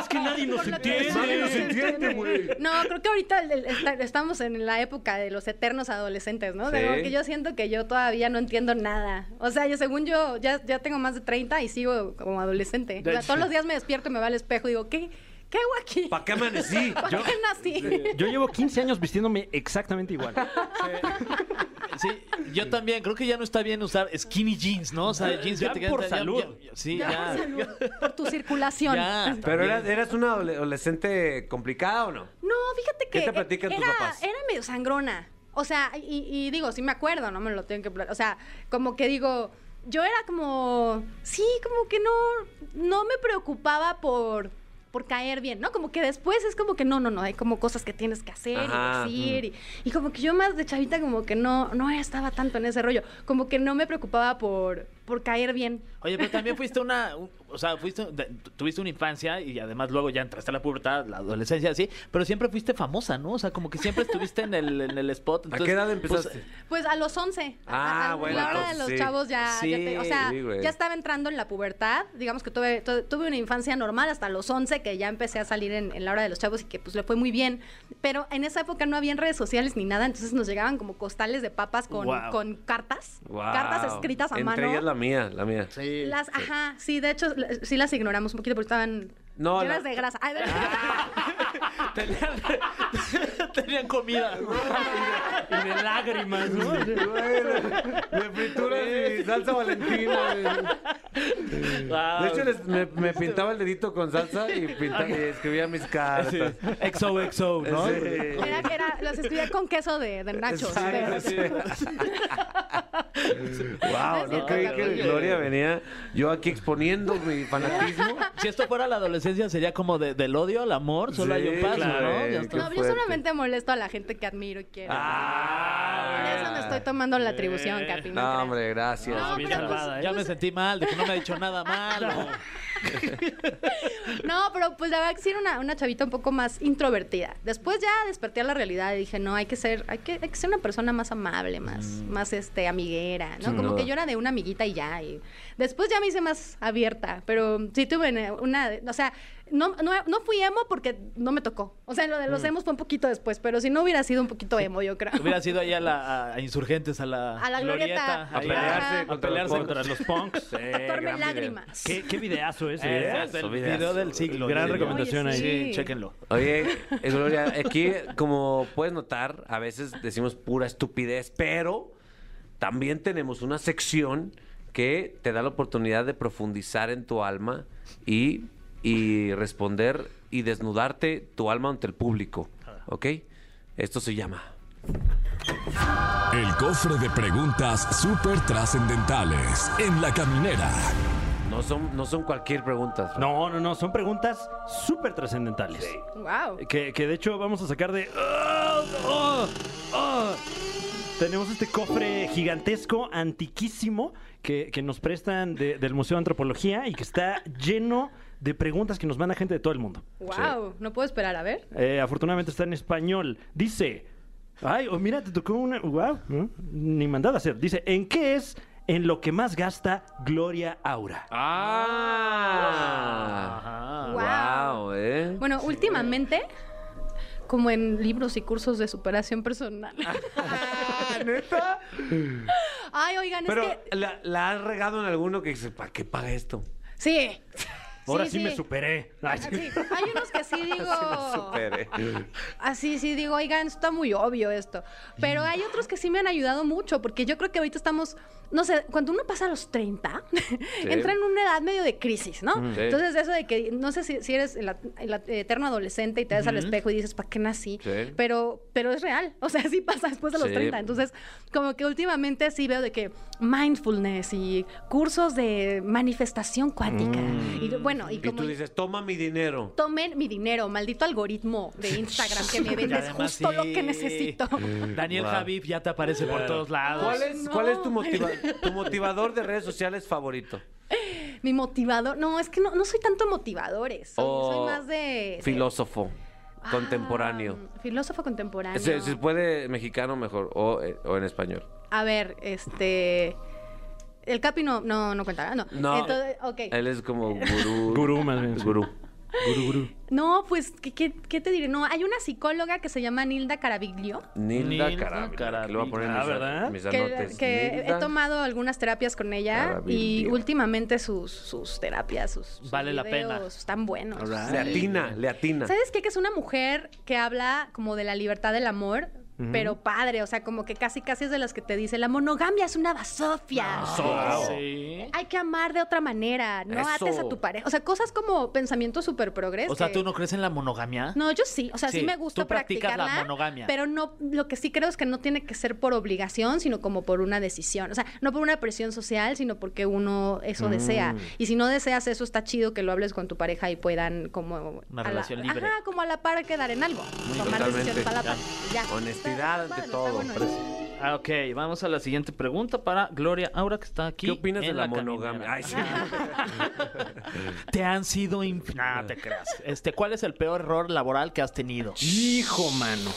D: Es que nadie nos
H: Por lo que-
D: entiende.
B: Nadie nos entiende, güey.
H: No, creo que ahorita el- el- esta- estamos en la época de los eternos adolescentes, ¿no?
B: Sí.
H: De que yo siento que yo todavía no entiendo nada. O sea, yo según yo ya, ya tengo más de 30 y sigo como adolescente. O sea, todos los días me despierto y me va al espejo y digo, ¿qué? ¿Qué hago aquí?
B: ¿Para qué
H: [laughs]
B: amanecí?
H: ¿Para qué nací?
D: [laughs] Yo llevo 15 años vistiéndome exactamente igual.
C: Sí, yo también. Creo que ya no está bien usar skinny jeans, ¿no? O sea, jeans
D: Ya
C: que te quedan-
D: por salud.
C: sí,
H: Ya,
C: ya.
H: salud, por tu circulación.
C: Ya.
B: ¿Pero eras,
C: También.
B: eras una adole- adolescente complicada o no?
H: No, fíjate
B: ¿Qué
H: que.
B: te
H: eh,
B: platican tus
H: era,
B: papás?
H: Era medio sangrona. O sea, y, y digo, sí me acuerdo, no me lo tengo que. pl- O sea, como que digo. Yo era como. Sí, como que no. No me preocupaba por. Por caer bien, ¿no? Como que después es como que no, no, no, hay como cosas que tienes que hacer
B: Ajá,
H: y decir. Y, y como que yo más de chavita, como que no, no estaba tanto en ese rollo. Como que no me preocupaba por, por caer bien.
C: Oye, pero también fuiste una, un- o sea, fuiste, de- tuviste una infancia y además luego ya entraste a la pubertad, la adolescencia, así, pero siempre fuiste famosa, ¿no? O sea, como que siempre estuviste en el, en el spot.
B: ¿A
C: Entonces,
B: qué edad
C: pues,
B: empezaste?
H: Pues a los 11.
B: Ah,
H: a, a-
B: bueno,
H: La hora de
B: entonces
H: los
B: sí.
H: chavos ya, ya te- o
B: Sí,
H: sea,
B: sí, güey.
H: ya estaba entrando en la pubertad. Digamos que tuve, tu- tuve una infancia normal hasta los 11 que ya empecé a salir en, en la hora de los chavos y que pues le fue muy bien. Pero en esa época no había redes sociales ni nada, entonces nos llegaban como costales de papas con,
C: Wow.
H: con cartas.
B: Wow.
H: Cartas escritas a
B: Entre
H: mano.
B: ellas la mía, la mía. [laughs]
H: Las, ajá, sí, de hecho, la- sí las ignoramos un poquito porque estaban
B: No,
H: llenas
B: la- Ah,
H: de grasa. Ay,
C: tenían, [laughs] tenían
B: [laughs]
C: comida.
D: Y de lágrimas, ¿no?
B: De frituras y salsa valentina.
C: Wow.
B: De hecho, les- me, me pintaba el dedito con salsa y, pinta- y escribía mis cartas.
C: XOXO, ¿no?
B: Sí.
H: era, era- las escribía con queso de,
B: [laughs]
H: de nachos.
B: Exacto,
H: de-
B: sí.
H: No es
B: wow, no
H: cierto,
B: creí que
H: Carlos.
B: Gloria venía yo aquí exponiendo
H: [laughs]
B: mi fanatismo.
C: Si esto fuera la adolescencia, sería como de- del odio al amor, solo
B: Sí,
C: hay un paso,
B: claro,
C: ¿no?
B: eh,
C: Ya
B: qué
C: está.
H: No, yo
B: fuerte.
H: solamente molesto a la gente que admiro y quiero. Por
B: Ah,
H: eso me estoy tomando la atribución, Capi. no
B: No,
H: creas.
B: hombre, gracias.
H: No,
D: bien
H: pero pues-
D: salvada, ¿eh?
C: Ya me
H: pues-
C: sentí mal, de que no me ha dicho nada malo.
H: [laughs] No, pero pues la verdad que sí era una, una chavita un poco más introvertida. Después ya desperté a la realidad y dije, no, hay que ser, hay que, hay que ser una persona más amable, más, más este, amiguera, ¿no?
B: Sin
H: Como
B: duda.
H: que yo era de una amiguita y ya. Y después ya me hice más abierta, pero sí tuve una- una, o sea, no, no, no fui emo porque no me tocó. O sea, lo de los emos fue un poquito después, pero si no hubiera sido un poquito emo, yo creo. [laughs]
C: Hubiera sido ahí a, la, a- a Insurgentes, a la,
H: A la glorieta.
C: ahí.
B: A pelearse
C: Ajá.
B: contra
C: a pelearse
B: los
C: contra los punks.
B: Eh,
H: Torme lágrimas.
D: ¿Qué, qué videazo ese, ¿eh?
C: Exacto, el video del siglo.
D: Gran
C: yo diría.
D: recomendación
H: Oye,
D: ahí.
H: sí.
C: Sí, chéquenlo.
B: [laughs] Oye, eh, Gloria, aquí, como puedes notar, a veces decimos pura estupidez, pero también tenemos una sección que te da la oportunidad de profundizar en tu alma y, y responder y desnudarte tu alma ante el público. ¿Ok? Esto se llama.
A: El cofre de preguntas súper trascendentales en la caminera.
B: No son, no son cualquier pregunta. Fran.
D: No, no, no, son preguntas súper trascendentales.
H: Wow.
D: Que, que de hecho vamos a sacar de... ¡Ah! ¡Ah! ¡Ah! Tenemos este cofre gigantesco, antiquísimo, que, que nos prestan de- del Museo de Antropología y que está lleno de preguntas que nos manda gente de todo el mundo.
H: Wow, no puedo esperar a ver.
D: Eh, afortunadamente está en español. Dice... Ay, oh, mira, te tocó una... ¡Wow! ¿eh? Ni mandada a hacer. Dice, ¿en qué es en lo que más gasta Gloria Aura?
B: ¡Ah!
H: Guau.
B: ¡Wow! ¿eh?
H: Bueno, últimamente, como en libros y cursos de superación personal. [laughs]
B: ¿Neta?
H: Ay, oigan,
B: Pero
H: es que.
B: la, la has regado en alguno que dice, ¿para qué paga esto?
H: Sí.
D: Ahora sí,
H: Sí, sí.
D: me superé. Ay, sí.
H: Sí, hay unos que
B: [laughs]
H: sí digo.
B: Superé.
H: Así sí digo, oigan, está muy obvio esto. Pero hay otros que sí me han ayudado mucho, porque yo creo que ahorita estamos, no sé, cuando uno pasa a los 30, [laughs] entra en una edad medio de crisis, ¿no?
B: Mm. Sí.
H: Entonces eso de que, no sé si, si eres el, at- el at- eterno adolescente y te ves al espejo y dices, ¿para qué nací?
B: Sí.
H: Pero, pero es real, o sea, sí pasa después de los
B: Sí.
H: 30. Entonces, como que últimamente sí veo de que mindfulness y cursos de manifestación cuática. Y bueno, y
B: Mm. Y
H: como
B: tú dices, toma mi dinero.
H: tomen mi dinero, maldito algoritmo de Instagram
B: [laughs]
H: que me
C: Y
H: vendes
C: además,
H: justo
C: sí.
H: lo que necesito.
C: Daniel
B: Wow.
C: Javib ya te aparece por todos lados.
B: ¿Cuál es, cuál es tu,
H: no.
B: motiva-
H: [laughs]
B: tu motivador de redes sociales favorito?
H: Mi motivador, no, es que no, no soy tanto motivadores, soy,
B: O
H: soy más de...
B: Oh, Filósofo
H: Ah,
B: contemporáneo.
H: filósofo contemporáneo.
B: Se, se puede mexicano mejor o, eh, o en español.
H: A ver, este... El Capi no, no, no contará, no.
B: No.
H: Entonces, ok.
B: Él es como gurú.
D: [laughs] Gurú, más bien, sí.
B: Gurú.
D: Gurú, gurú.
H: No, pues, ¿qué, qué, qué te diré? No, hay una psicóloga que se llama Nilda Caraviglio.
B: Nilda,
C: Nilda
B: Carabina. que le voy a poner en
D: Carabina.
B: mis,
D: Ah, ¿verdad?
B: mis
H: que,
B: anotes.
H: que he
B: Nilda.
H: tomado algunas terapias con ella y
B: Carabildio.
H: últimamente sus, sus terapias, sus, sus
C: Vale la pena.
H: videos están buenos.
B: Le atina, le atina.
H: ¿Sabes qué? Que es una mujer que habla como de la libertad del amor. Pero padre, o sea, como que casi casi es de las que te dice, la monogamia es una basofia.
C: Ah, Wow. Sí.
H: Hay que amar de otra manera, no
B: Eso.
H: ates a tu pareja. O sea, cosas como pensamientos súper progres.
C: O sea,
H: que-
C: ¿tú no crees en la monogamia?
H: no, yo sí, o sea, sí,
C: Sí,
H: me gusta
C: tú practicas la
H: practicarla,
C: monogamia.
H: pero no lo que sí creo es que no tiene que ser por obligación, sino como por una decisión, o sea, no por una presión social, sino porque uno eso
C: Mm.
H: desea. Y si no deseas eso está chido que lo hables con tu pareja y puedan como
C: Una
H: a la-
C: relación libre.
H: Ajá, como a la par quedar en algo, tomar
B: totalmente.
H: decisiones a la par. Ya.
B: Honestidad
H: Está-
B: ante
H: está
B: todo.
H: bueno, está bueno eso.
C: Ah, ok, vamos a la siguiente pregunta para Gloria Aura, que está aquí.
B: ¿Qué opinas de
C: en
B: la,
C: caminera.
B: monogamia? Ay, sí.
C: [laughs] Te han sido... inf- Nah, te creas. Este, ¿Cuál es el peor error laboral que has tenido?
D: Hijo, mano.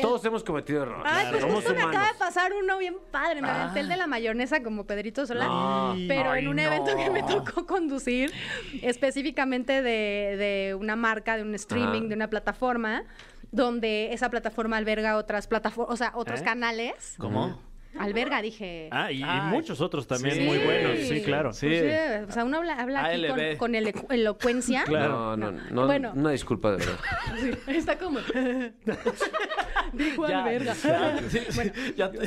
B: Todos hemos cometido errores.
H: Ay, pues
B: Somos
H: justo me
B: humanos.
H: acaba de pasar uno bien padre. Me aventé el de la mayonesa como Pedrito Sola.
B: No.
H: Pero
C: Ay,
H: en un
C: no.
H: evento que me tocó conducir, específicamente de, de una marca, de un streaming,
B: Ajá.
H: de una plataforma, donde esa plataforma alberga otras plataformas, o sea, otros
D: ¿Eh?
H: canales.
C: ¿Cómo?
H: Alberga, dije.
D: Ah, y, y
C: Ay.
D: muchos otros también
C: Sí.
D: muy buenos. Sí, claro.
C: Sí.
H: Pues, eh, o sea, uno habla, habla aquí con,
C: ALB.
H: con ele- elocuencia.
B: No,
D: Claro.
B: no, no.
H: Bueno.
B: Una disculpa de verdad.
H: Sí, está como. [laughs] Dijo alberga. [laughs]
C: Sí, sí, ya te-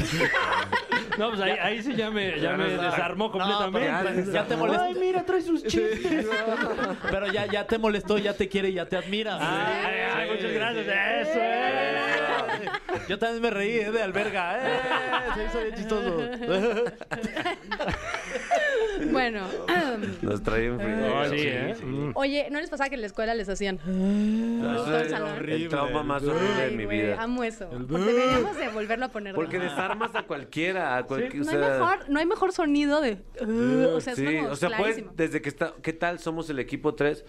D: No, pues ahí, ahí sí ya me, ya me desarmó
C: No,
D: completamente.
C: pero ya te molest-
D: Ay, mira, trae sus chistes.
H: [laughs]
C: Pero ya, ya te molestó, ya te quiere y ya te admira. Ah,
D: Ay, ay, muchas gracias. Eso eh. es.
C: Yo también me reí eh, de alberga. Eh, se hizo bien chistoso.
H: Bueno. [clears throat]
B: Nos trae en frío.
D: Ay, sí, ¿eh?
H: Oye, ¿no les pasaba que en la escuela les hacían?
B: Eso
H: Todo el
B: es
H: salón.
B: el trauma más horrible de
H: Ay,
B: mi
H: güey,
B: vida.
H: amo eso. Deberíamos de volverlo a poner.
B: Porque
H: ¿no?
B: desarmas a cualquiera. A cualquier,
H: no,
B: o
H: hay
B: sea,
H: mejor, no hay mejor sonido de... o sea,
B: sí,
H: es como
B: o sea,
H: clarísimo.
B: puedes, desde que está, ¿qué tal? Somos el equipo 3.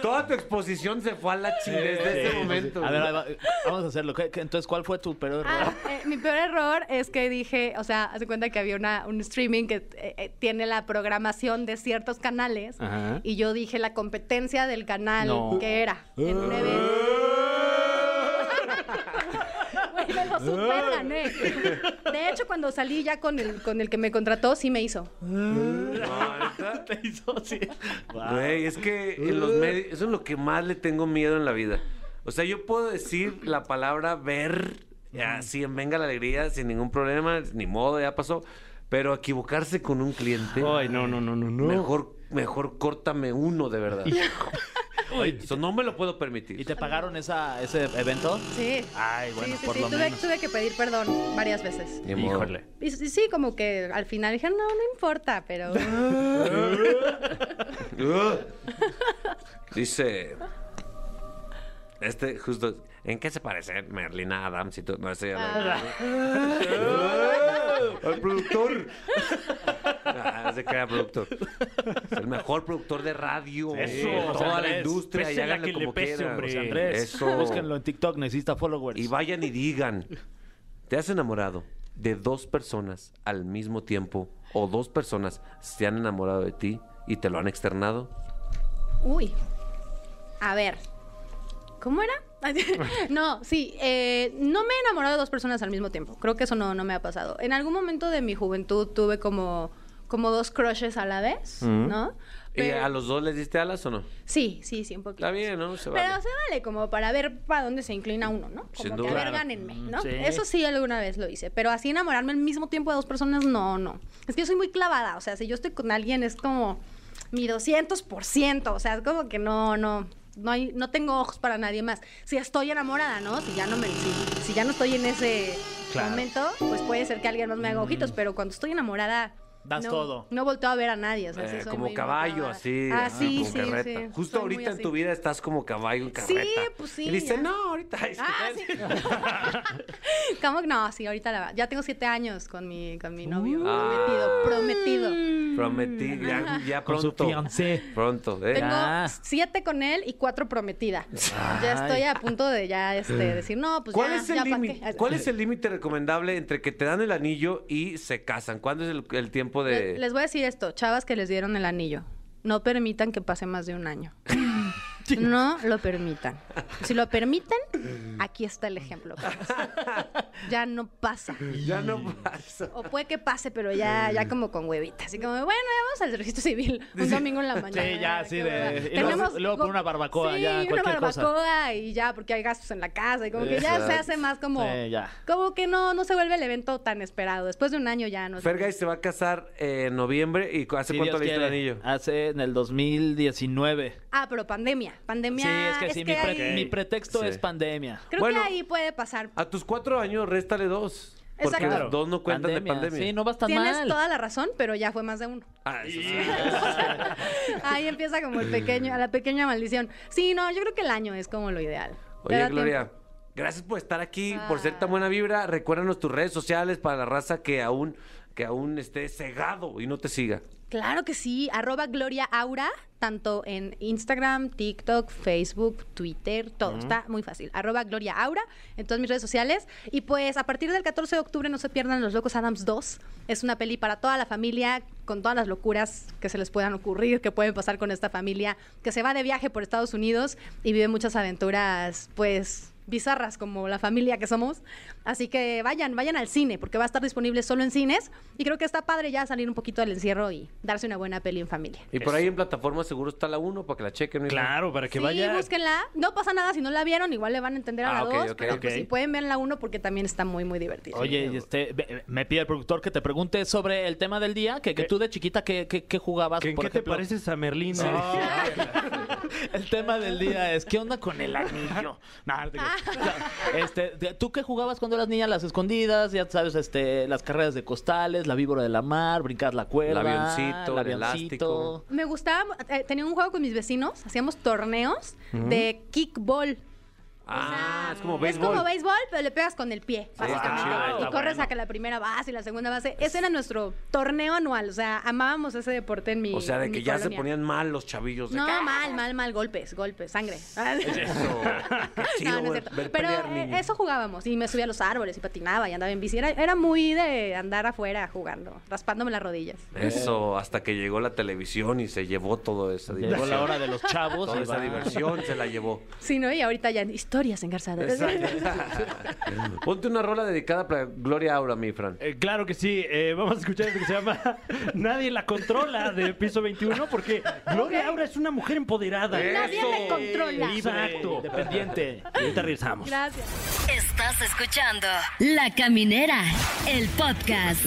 B: Toda tu exposición se fue a la chingada desde ese este momento.
C: A ver, ahí va, vamos a hacerlo. ¿Qué- qué- Entonces, ¿cuál fue tu peor
H: Ah,
C: error?
H: eh, mi peor error es que dije, o sea, hace cuenta que había una, un streaming que eh, eh, tiene la programación de ciertos canales
D: Ajá.
H: y yo dije la competencia del canal
D: No.
H: que era en un evento.
B: Ah.
H: Güey, me lo super gané. De hecho, cuando salí ya con el, con el que me contrató, sí me hizo.
C: [laughs]
H: [laughs]
C: Te hizo así.
B: Güey, es que en los medios, eso es lo que más le tengo miedo en la vida. O sea, yo puedo decir la palabra ver así en Venga la Alegría sin ningún problema, ni modo, ya pasó. Pero equivocarse con un cliente,
D: Ay, no, no, no, no, no.
B: mejor, mejor córtame uno de verdad. [laughs]
C: Oye,
B: Eso no me lo puedo
C: ¿Y
B: permitir.
C: te pagaron esa, ese evento?
H: Sí.
C: Ay, bueno,
H: sí, sí,
C: por
H: sí.
C: lo
H: Tuve,
C: menos.
H: tuve que pedir perdón varias veces.
B: Ni modo.
D: Híjole.
H: Y, s- y sí, como que al final dije, no, no importa, pero...
B: Ugh. Dice. Este, justo. ¿En qué se parece Merlina Adams y tú? No sé, ya la- [laughs] ¡Ah! ¡El productor! Ah, se crea productor. Es el mejor productor de radio.
D: Eso,
B: de
D: José
B: toda la
D: Andrés.
B: industria. Y
D: Pese a la
B: háganle
D: que le
B: como
D: pese,
B: quieran.
D: hombre.
B: José Andrés.
C: Andrés,
B: Eso.
C: búsquenlo en TikTok, necesita followers.
B: Y vayan y digan, ¿te has enamorado de dos personas al mismo tiempo o dos personas se han enamorado de ti y te lo han externado?
H: Uy. A ver. ¿Cómo era? [laughs] no, sí. eh, no me he enamorado de dos personas al mismo tiempo. Creo que eso no, no me ha pasado. En algún momento de mi juventud tuve como como dos crushes a la vez, ¿no?
B: ¿Y
H: Pero-
B: a los dos les diste alas o no?
H: Sí, sí, sí, un poquito.
B: Está bien, ¿no? Se
H: Pero
B: vale.
H: se vale como para ver para dónde se inclina uno, ¿no? Como
B: Sin
H: que,
B: duda. Mm,
H: a ver, gánenme, ¿no?
D: sí.
H: Eso sí alguna vez lo hice, pero así enamorarme al mismo tiempo de dos personas, no, no. Es que yo soy muy clavada, o sea, si yo estoy con alguien es como mi 200%, o sea, es como que no, no. No, hay, no tengo ojos para nadie más. Si estoy enamorada, ¿no? Si ya no me, si, si ya no estoy en ese
D: Claro.
H: momento, pues puede ser que alguien más me haga ojitos, pero cuando estoy enamorada,
C: Mm. Das
H: no,
C: todo.
H: No volteo a ver a nadie. o sea, sí
B: Eh,
H: soy
B: como
H: muy
B: caballo,
H: volteada.
B: así.
H: Ah,
B: así,
H: sí,
B: como
H: sí,
B: carreta.
H: sí.
B: Justo
H: Soy muy
B: ahorita en
H: así.
B: tu vida estás como caballo en carreta.
H: pues sí,
B: Y dice,
H: ya.
B: no, ahorita. es que-
H: Ah, sí.
B: [laughs]
H: ¿Cómo? que No, sí, ahorita la, ya tengo siete años con mi, con mi novio.
B: Ah.
H: prometido, prometido.
B: [laughs] Prometí, ya, ya
C: Con su
B: pronto.
C: fiancé.
B: Pronto, ¿eh?
H: Tengo
C: Ah.
H: siete con él y cuatro prometida. Ya estoy a punto de ya este, decir, no, pues
B: ¿Cuál
H: ya,
B: es, el
H: ya pa'
B: límite,
H: qué.
B: ¿Cuál es el límite recomendable entre que te dan el anillo y se casan? ¿Cuándo es el, el tiempo de...?
H: Le- Les voy a decir esto, chavas que les dieron el anillo. No permitan que pase más de un
C: [laughs]
H: año. No lo permitan. Si lo permiten, aquí está el ejemplo. chavos. Ya no pasa.
B: [laughs] Ya no [laughs] pasa.
H: O puede que pase, pero ya, ya como con huevita. Así como, bueno, ya vamos al registro civil un domingo en la mañana.
C: Sí, ya,
H: qué
C: sí, de-
H: hueva.
C: y luego- luego por una barbacoa,
H: sí,
C: ya,
H: una
C: cualquier cosa.
H: barbacoa y ya, porque hay gastos en la casa. Y como que ya se
B: Exacto.
H: hace más como...
C: Sí, ya.
H: Como que no, no se vuelve el evento tan esperado. Después de un año ya no.
B: Fergay se va a casar eh, en noviembre y ¿hace
C: Si
B: cuánto
C: Dios
B: le diste el
C: quiere. Ah.
B: anillo?
C: Hace en el 2019.
H: Ah, pero pandemia. Pandemia...
C: Sí, es que sí, mi, pre-
H: ahí-
C: mi pretexto
B: Sí.
C: es pandemia.
H: Creo
B: Bueno.
H: que ahí puede pasar.
B: A tus cuatro años, réstale dos. Porque
H: Exacto.
B: los dos no cuentan de pandemia.
C: Sí, no vas tan
H: Tienes
C: mal.
H: toda la razón, pero ya fue más de uno.
B: Ah,
H: [laughs]
B: eso sí.
H: Ahí empieza como el pequeño, la pequeña maldición. Sí, no, yo creo que el año es como lo ideal. Te da
B: Oye, Gloria,
H: tiempo.
B: gracias por estar aquí, por
H: Ah.
B: ser tan buena vibra. Recuérdanos tus redes sociales para la raza que aún, que aún esté cegado y no te siga.
H: Claro que sí, arroba Gloria Aura, tanto en Instagram, TikTok, Facebook, Twitter, todo. Está muy fácil. Arroba Gloria Aura en todas mis redes sociales. Y pues a partir del 14 de octubre no se pierdan Los Locos Adams 2. Es una peli para toda la familia, con todas las locuras que se les puedan ocurrir, que pueden pasar con esta familia, que se va de viaje por Estados Unidos y vive muchas aventuras, pues bizarras como la familia que somos. Así que vayan, vayan al cine, porque va a estar disponible solo en cines. Y creo que está padre ya salir un poquito del encierro y darse una buena peli en familia.
B: Y por ahí en plataforma seguro está la uno para que la chequen. ¿no?
D: Claro, para que
H: sí,
D: vaya.
H: búsquenla. No pasa nada si no la vieron, igual le van a entender a la
B: Ah, ok,
H: dos.
B: ok,
H: pero pues
D: ok.
H: sí pueden ver la uno porque también está muy, muy divertida.
C: Oye, y este, ve- me pide el productor que te pregunte sobre el tema del día, que, que tú de chiquita, ¿qué, qué, qué jugabas?
D: ¿Qué- ¿En
C: por
D: qué te
C: ejemplo?
D: pareces a Merlín?
C: [laughs]
D: Ah,
C: El tema del día es, ¿qué onda con el anillo? No, no te
B: [laughs]
C: creas. este, de- ¿Tú qué jugabas cuando eras niña? Las escondidas, ya sabes, este, las carreras de costales, la víbora de la mar, brincar la cuerda.
B: El avioncito, el elástico.
H: Me gustaba, eh, tenía un juego con mis vecinos, hacíamos torneos de kickball.
B: Ah,
H: O sea,
B: es como
H: Es
B: béisbol.
H: como béisbol, pero le pegas con el pie, básicamente.
B: está chido,
H: y
B: está
H: corres
C: bueno.
H: a que la primera base y la segunda base. Ese era nuestro torneo anual. O sea, amábamos ese deporte en mi.
B: o sea, de
H: en mi
B: que ya se
H: colonia.
B: ponían mal los chavillos. de
H: No,
B: que, ¡ah!
H: mal, mal, mal. Golpes, golpes, sangre. [laughs] Ah,
B: Eso. Qué chido
H: no, no es
B: ver-
H: cierto.
B: ver
H: Pero
B: pelear
H: eh,
B: niños.
H: eso jugábamos. Y me subía a los árboles y patinaba y andaba en bici. Era, era muy de andar afuera jugando, raspándome las rodillas.
B: Eso, hasta que llegó la televisión y se llevó todo esa
C: Llegó
B: diversión.
C: la hora de los chavos.
B: Toda
C: y
B: esa
C: va.
B: diversión se la llevó.
H: Sí, ¿no? Y ahorita ya historias engarzadas.
B: Exacto. [laughs] Ponte una rola dedicada para Gloria Aura, mi Fran.
D: Eh, claro que sí, eh, vamos a escuchar esto que se llama [laughs] Nadie la controla de piso 21 porque Gloria Aura es una mujer empoderada.
H: Nadie me controla.
D: Exacto.
C: Dependiente.
D: Ahorita
H: [laughs]
D: regresamos.
H: Gracias.
E: Estás escuchando La Caminera, el podcast.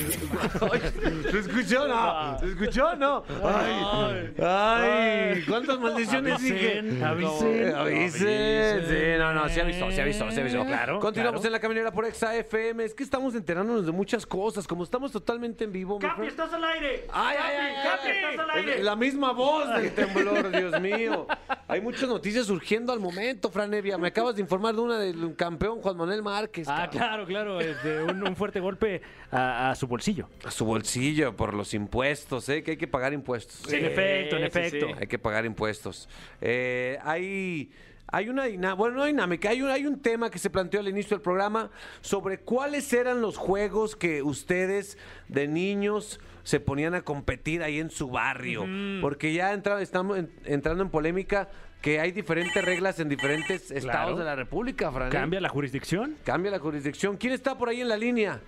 B: ¿Se escuchó o no? ¿Se escuchó o no? Ay, ay, ¿cuántas maldiciones dije?
D: Avisen,
B: Eh,
D: avisen.
B: avisen. Sí, no, no, se avisó, se avisó, se avisó.
D: Claro,
B: Continuamos
D: claro.
B: en la caminera por Exa FM. Es que estamos enterándonos de muchas cosas. Como estamos totalmente en vivo. mi
D: ¡Capi,
B: Fran-
D: estás al aire!
B: ¡Ay, ay, ay!
D: Capi,
B: ay,
D: estás al
B: ay.
D: aire.
B: La misma voz
D: [laughs]
B: del temblor, Dios mío. Hay muchas noticias surgiendo al momento, Fran Evia. Me acabas de informar de una del campeón, Juan Manuel Márquez.
D: Ah,
B: cabrón.
D: claro, claro, este, un, un fuerte golpe a, a su bolsillo.
B: A su bolsillo por los impuestos, ¿eh? Que hay que pagar impuestos.
D: en efecto, en
C: sí,
D: efecto.
C: sí.
B: Hay que pagar impuestos. Eh, hay, hay una dinámica, bueno, no dinámica, hay un, hay un tema que se planteó al inicio del programa sobre cuáles eran los juegos que ustedes de niños se ponían a competir ahí en su barrio. Porque ya entra- estamos en- entrando en polémica que hay diferentes reglas en diferentes estados de la República, Fran. ¿eh?
D: Cambia la jurisdicción.
B: Cambia la jurisdicción. ¿Quién está por ahí en la línea?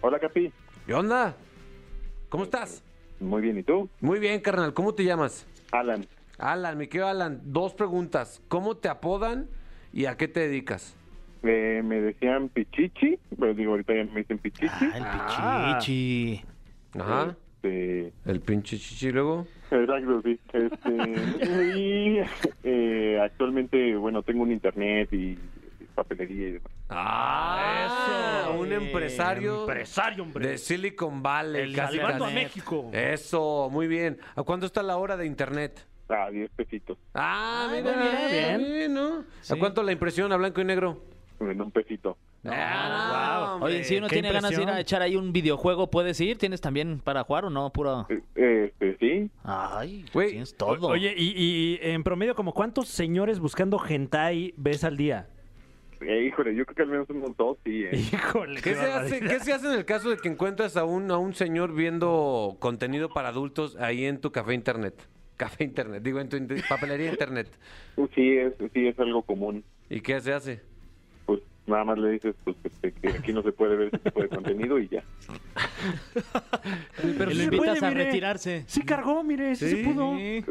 F: Hola, Capi.
B: ¿Qué onda? ¿Cómo estás?
I: Muy bien, ¿y tú?
B: Muy bien, carnal. ¿Cómo te llamas?
I: Alan,
B: Alan, mi querido Alan, dos preguntas. ¿Cómo te apodan y a qué te dedicas?
I: eh, me decían Pichichi, pero digo, ahorita ya me dicen Pichichi.
D: Ah.
C: el pichichi.
B: Ajá.
I: Este,
B: El pinche chichi luego.
I: Exacto, sí. Este, [laughs] y eh, actualmente, bueno, tengo un internet y papelería y demás.
B: Ah,
C: eso,
B: Un
C: eh,
B: empresario,
D: Empresario, hombre.
B: de Silicon Valley.
D: El
B: casi,
D: salvando a
B: casi.
D: México.
B: Eso, muy bien. ¿A cuánto está la hora de internet?
I: Ah, 10 pesitos.
B: Ah, mira,
C: muy
B: bien,
C: bien.
B: bien, ¿no?
C: Sí.
B: ¿A cuánto la impresión a blanco y negro?
I: Bueno, un pesito.
B: Ah, no, hombre.
C: Oye, si uno
D: qué
C: tiene ganas de ir
D: impresión.
C: a echar ahí un videojuego, ¿puedes ir? ¿Tienes también para jugar o no? Puro...
I: Eh, Este, sí.
C: Ay,
B: Güey,
C: tienes todo.
D: Oye, y, y en promedio, ¿como cuántos señores buscando hentai ves al día?
I: Eh, híjole, yo creo que al menos un montón, sí. eh.
D: [laughs] Híjole.
B: ¿Qué se, hace, qué se hace en el caso de que encuentras a un, a un señor viendo contenido para adultos ahí en tu café internet? Café internet, digo, en tu inter- papelería internet.
I: Uh, Sí, es, sí, es algo común.
B: ¿Y qué se hace?
I: Pues nada más le dices pues, este, que aquí no se puede ver ese tipo de contenido y ya.
C: pero
D: sí
C: lo
D: se
C: invitas
D: puede,
C: a
D: mire.
C: retirarse.
D: Sí cargó, mire, sí, se pudo.
C: Sí.
I: Eh,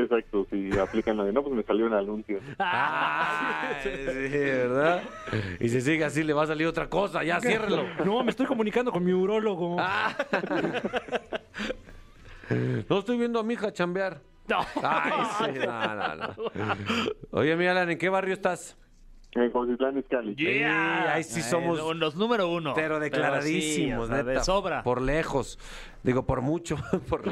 I: Exacto, si aplican la de no, pues me salió un anuncio.
B: Ah, sí, ¿verdad? Y si sigue así, le va a salir otra cosa, ya ciérrelo.
D: No, me estoy comunicando con mi urólogo.
B: Ah. No estoy viendo a mi hija chambear.
D: No.
B: Ah, Ay, sí, no, no, no. Oye, mi Alan, ¿en qué barrio estás?
I: En Cotitlán es Cali.
B: Sí, ahí sí
C: Ay,
B: somos
C: lo- los número uno.
B: pero
C: sí, o
B: declaradísimos,
C: sea,
B: neta,
C: De sobra.
B: Por lejos. Digo, por mucho. [laughs] por-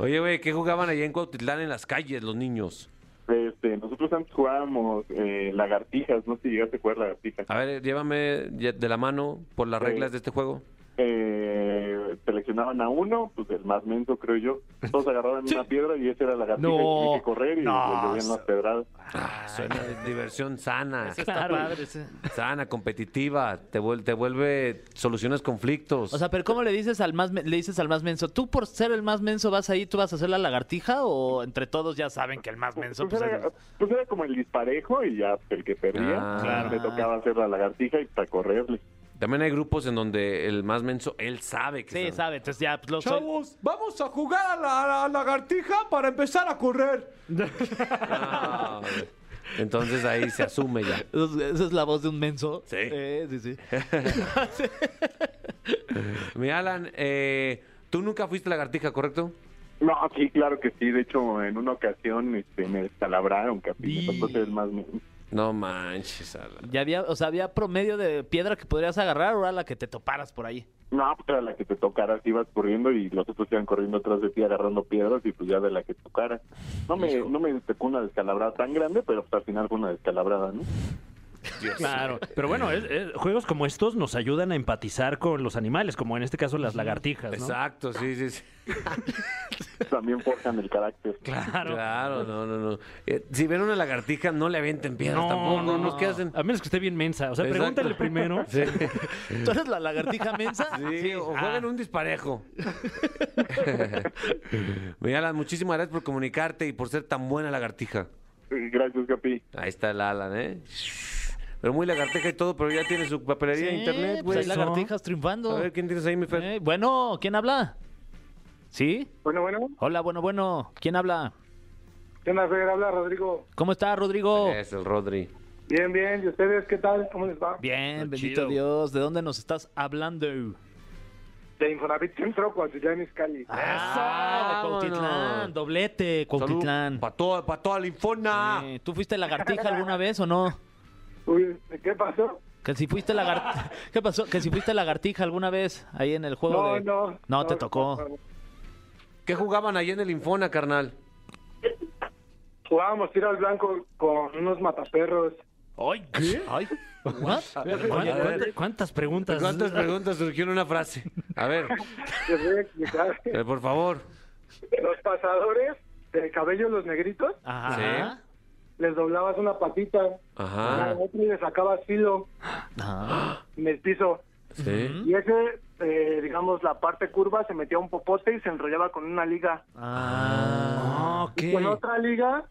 B: Oye, güey, ¿qué jugaban allá en Cuautitlán en las calles los niños?
I: Este, nosotros antes jugábamos eh, lagartijas, no sé si llegaste a jugar lagartijas.
B: A ver, llévame ya- de la mano por las
I: Sí.
B: reglas de este juego.
I: eh, seleccionaban a uno, pues el más menso, creo yo. Todos agarraban una piedra y ese era la gatita
C: No.
I: y tenía que correr y
C: No.
I: le llovían las pedradas.
B: Ah, suena de diversión sana.
C: Eso está padre, sí.
B: Sana, competitiva. Te, vuel- te vuelve. Solucionas conflictos.
C: O sea, pero ¿cómo le dices al más men- le dices al más menso? ¿Tú por ser el más menso vas ahí, tú vas a hacer la lagartija o entre todos ya saben que el más menso
I: Pues
C: pues,
B: [laughs]
I: era,
C: es-
I: pues era como el disparejo y ya pues, el que perdía
B: Ah.
C: Claro.
I: le tocaba hacer la lagartija y para correrle.
B: También hay grupos en donde el más menso, él sabe que
C: Sí,
B: sabe.
C: sabe, entonces ya pues, los
B: Chavos, vamos a jugar a la, la lagartija para empezar a correr. Ah, [laughs] Entonces ahí se asume ya.
C: Eso es- Esa es la voz de un menso.
B: Sí.
C: Eh, sí,
B: [laughs]
C: [laughs] sí.
B: Mi Alan, eh, tú nunca fuiste lagartija, ¿correcto?
I: No, sí, claro que sí. De hecho, en una ocasión este, me descalabraron, capi. Me tocó ser el más menso.
B: No manches, Alan.
C: Ya había, o sea, había promedio de piedra que podrías agarrar o era la que te toparas por ahí.
I: No, pues era la que te tocara, si ibas corriendo y los otros iban corriendo atrás de ti agarrando piedras y pues ya de la que tocara. No me, no me tocó una descalabrada tan grande, pero pues al final fue una descalabrada, ¿no?
D: Claro, pero bueno, es- es- juegos como estos nos ayudan a empatizar con los animales, como en este caso las lagartijas, ¿no?
B: Exacto, sí, sí, sí.
I: También forjan el carácter.
B: Claro. no, no, no. Eh, si ven una lagartija, no le avienten piedras tampoco. No, no, ¿qué hacen?
D: A menos que esté bien mensa. O sea,
B: Exacto.
D: pregúntale primero.
B: [laughs] Sí,
C: ¿Tú eres la lagartija mensa?
B: Sí, ah. o juegan un [laughs] disparejo. Mi Alan, muchísimas gracias por comunicarte y por ser tan buena lagartija.
I: Eh, Gracias, Capi.
B: Ahí está el Alan, ¿eh? Pero muy lagarteja y todo, pero ya tiene su papelería de internet,
C: pues
B: güey.
C: hay lagartijas triunfando.
B: A ver, ¿quién tienes ahí, mi Fer?
C: Eh, bueno, ¿quién habla? ¿Sí?
F: Bueno, bueno.
C: Hola, bueno, bueno. ¿Quién habla?
F: ¿Qué onda, Fer? Habla Rodrigo.
C: ¿Cómo está, Rodrigo?
B: Es el Rodri.
F: Bien, bien. ¿Y ustedes qué tal? ¿Cómo les va?
C: Bien,
D: Lo
C: bendito
D: chido.
C: Dios. ¿De dónde nos estás hablando? ¡Eso!
F: De Infonavit Centro, Cuautitlán, Iscali.
C: Ah. de Cuautitlán.
B: vámonos.
C: Doblete, Cuautitlán.
B: Para toda, pa toda la infona.
C: Eh, ¿Tú fuiste lagartija alguna vez o no?
F: Uy, ¿qué pasó?
C: Que si fuiste lagartija... [laughs] ¿Qué pasó? Que si fuiste lagartija alguna vez ahí en el juego
F: No,
C: de...
F: no.
C: No, te tocó.
F: no, no.
B: ¿Qué jugaban ahí en el Infona, carnal?
F: Jugábamos tiro al blanco con unos mataperros.
D: Ay, ¿qué?
C: Ay, ¿what?
D: Oye,
B: A ver.
D: ¿cuántas, cuántas preguntas?
B: ¿Cuántas preguntas surgió en una frase? A ver,
F: Les voy a
C: [laughs]
F: explicar.
B: eh, por favor.
F: Los pasadores de cabello, los negritos,
C: Ajá.
F: les doblabas una patita.
B: Ajá.
F: a la otra y le sacabas filo
C: Ah,
F: en el piso.
B: Sí.
F: Y ese, eh, digamos, la parte curva se metía un popote y se enrollaba con una liga.
C: ah.
D: Ah,
F: Y con
D: ok.
F: otra liga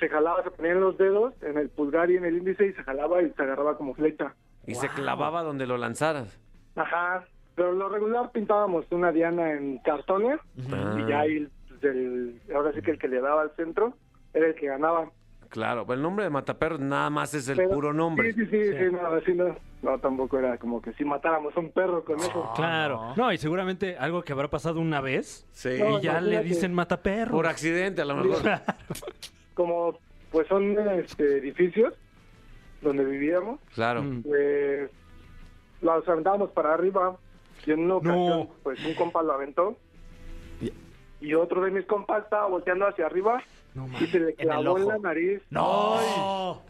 F: se jalaba, se ponían los dedos en el pulgar y en el índice y se jalaba y se agarraba como flecha.
B: Y se clavaba donde lo lanzaras.
F: Ajá. Pero lo regular pintábamos una diana en cartones y ya ahí, pues, el- ahora sí que el que le daba al centro era el que ganaba.
B: Claro, el nombre de Mataperros nada más es el
F: Pero-
B: puro nombre.
F: Sí, sí, sí, sí, no, sí, no, no, tampoco era como que si matáramos a un perro con eso.
D: Ah. Claro. No, y seguramente algo que habrá pasado una vez
B: Sí.
F: No,
D: y ya le
F: imagínate.
D: dicen mata perro.
B: Por accidente, a lo
C: [laughs]
B: mejor.
F: Como pues son este, edificios donde vivíamos,
B: Claro.
C: Mm.
F: pues los aventábamos para arriba y en una ocasión pues un compa lo aventó y otro de mis compas estaba volteando hacia arriba y se le clavó en, la nariz.
C: ¡No!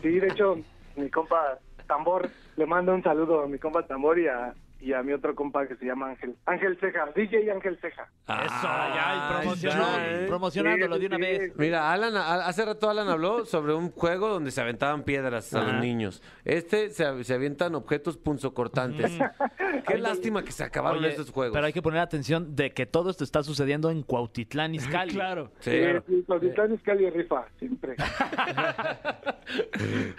F: Sí, de hecho, mi compa Tambor, le mando un saludo a mi compa Tambor y a, y a mi otro compa que se llama Ángel. Ángel Ceja, DJ Ángel Ceja.
C: Eso, ya, y
B: Ay,
C: promocionó,
B: Ah, ya, ¿eh?
C: promocionándolo de una
F: Sí, sí,
C: vez.
F: sí.
B: Mira, Alan, a- hace rato Alan habló sobre un juego donde se aventaban piedras a los niños. Este se, se avientan objetos punzocortantes. [laughs] Qué lástima que se acabaron
C: Oye,
B: estos juegos.
C: Pero hay que poner atención de que todo esto está sucediendo en Cuautitlán, Izcalli.
D: Claro.
B: Sí.
F: Eh, sí, Los titanes Cali rifa, siempre.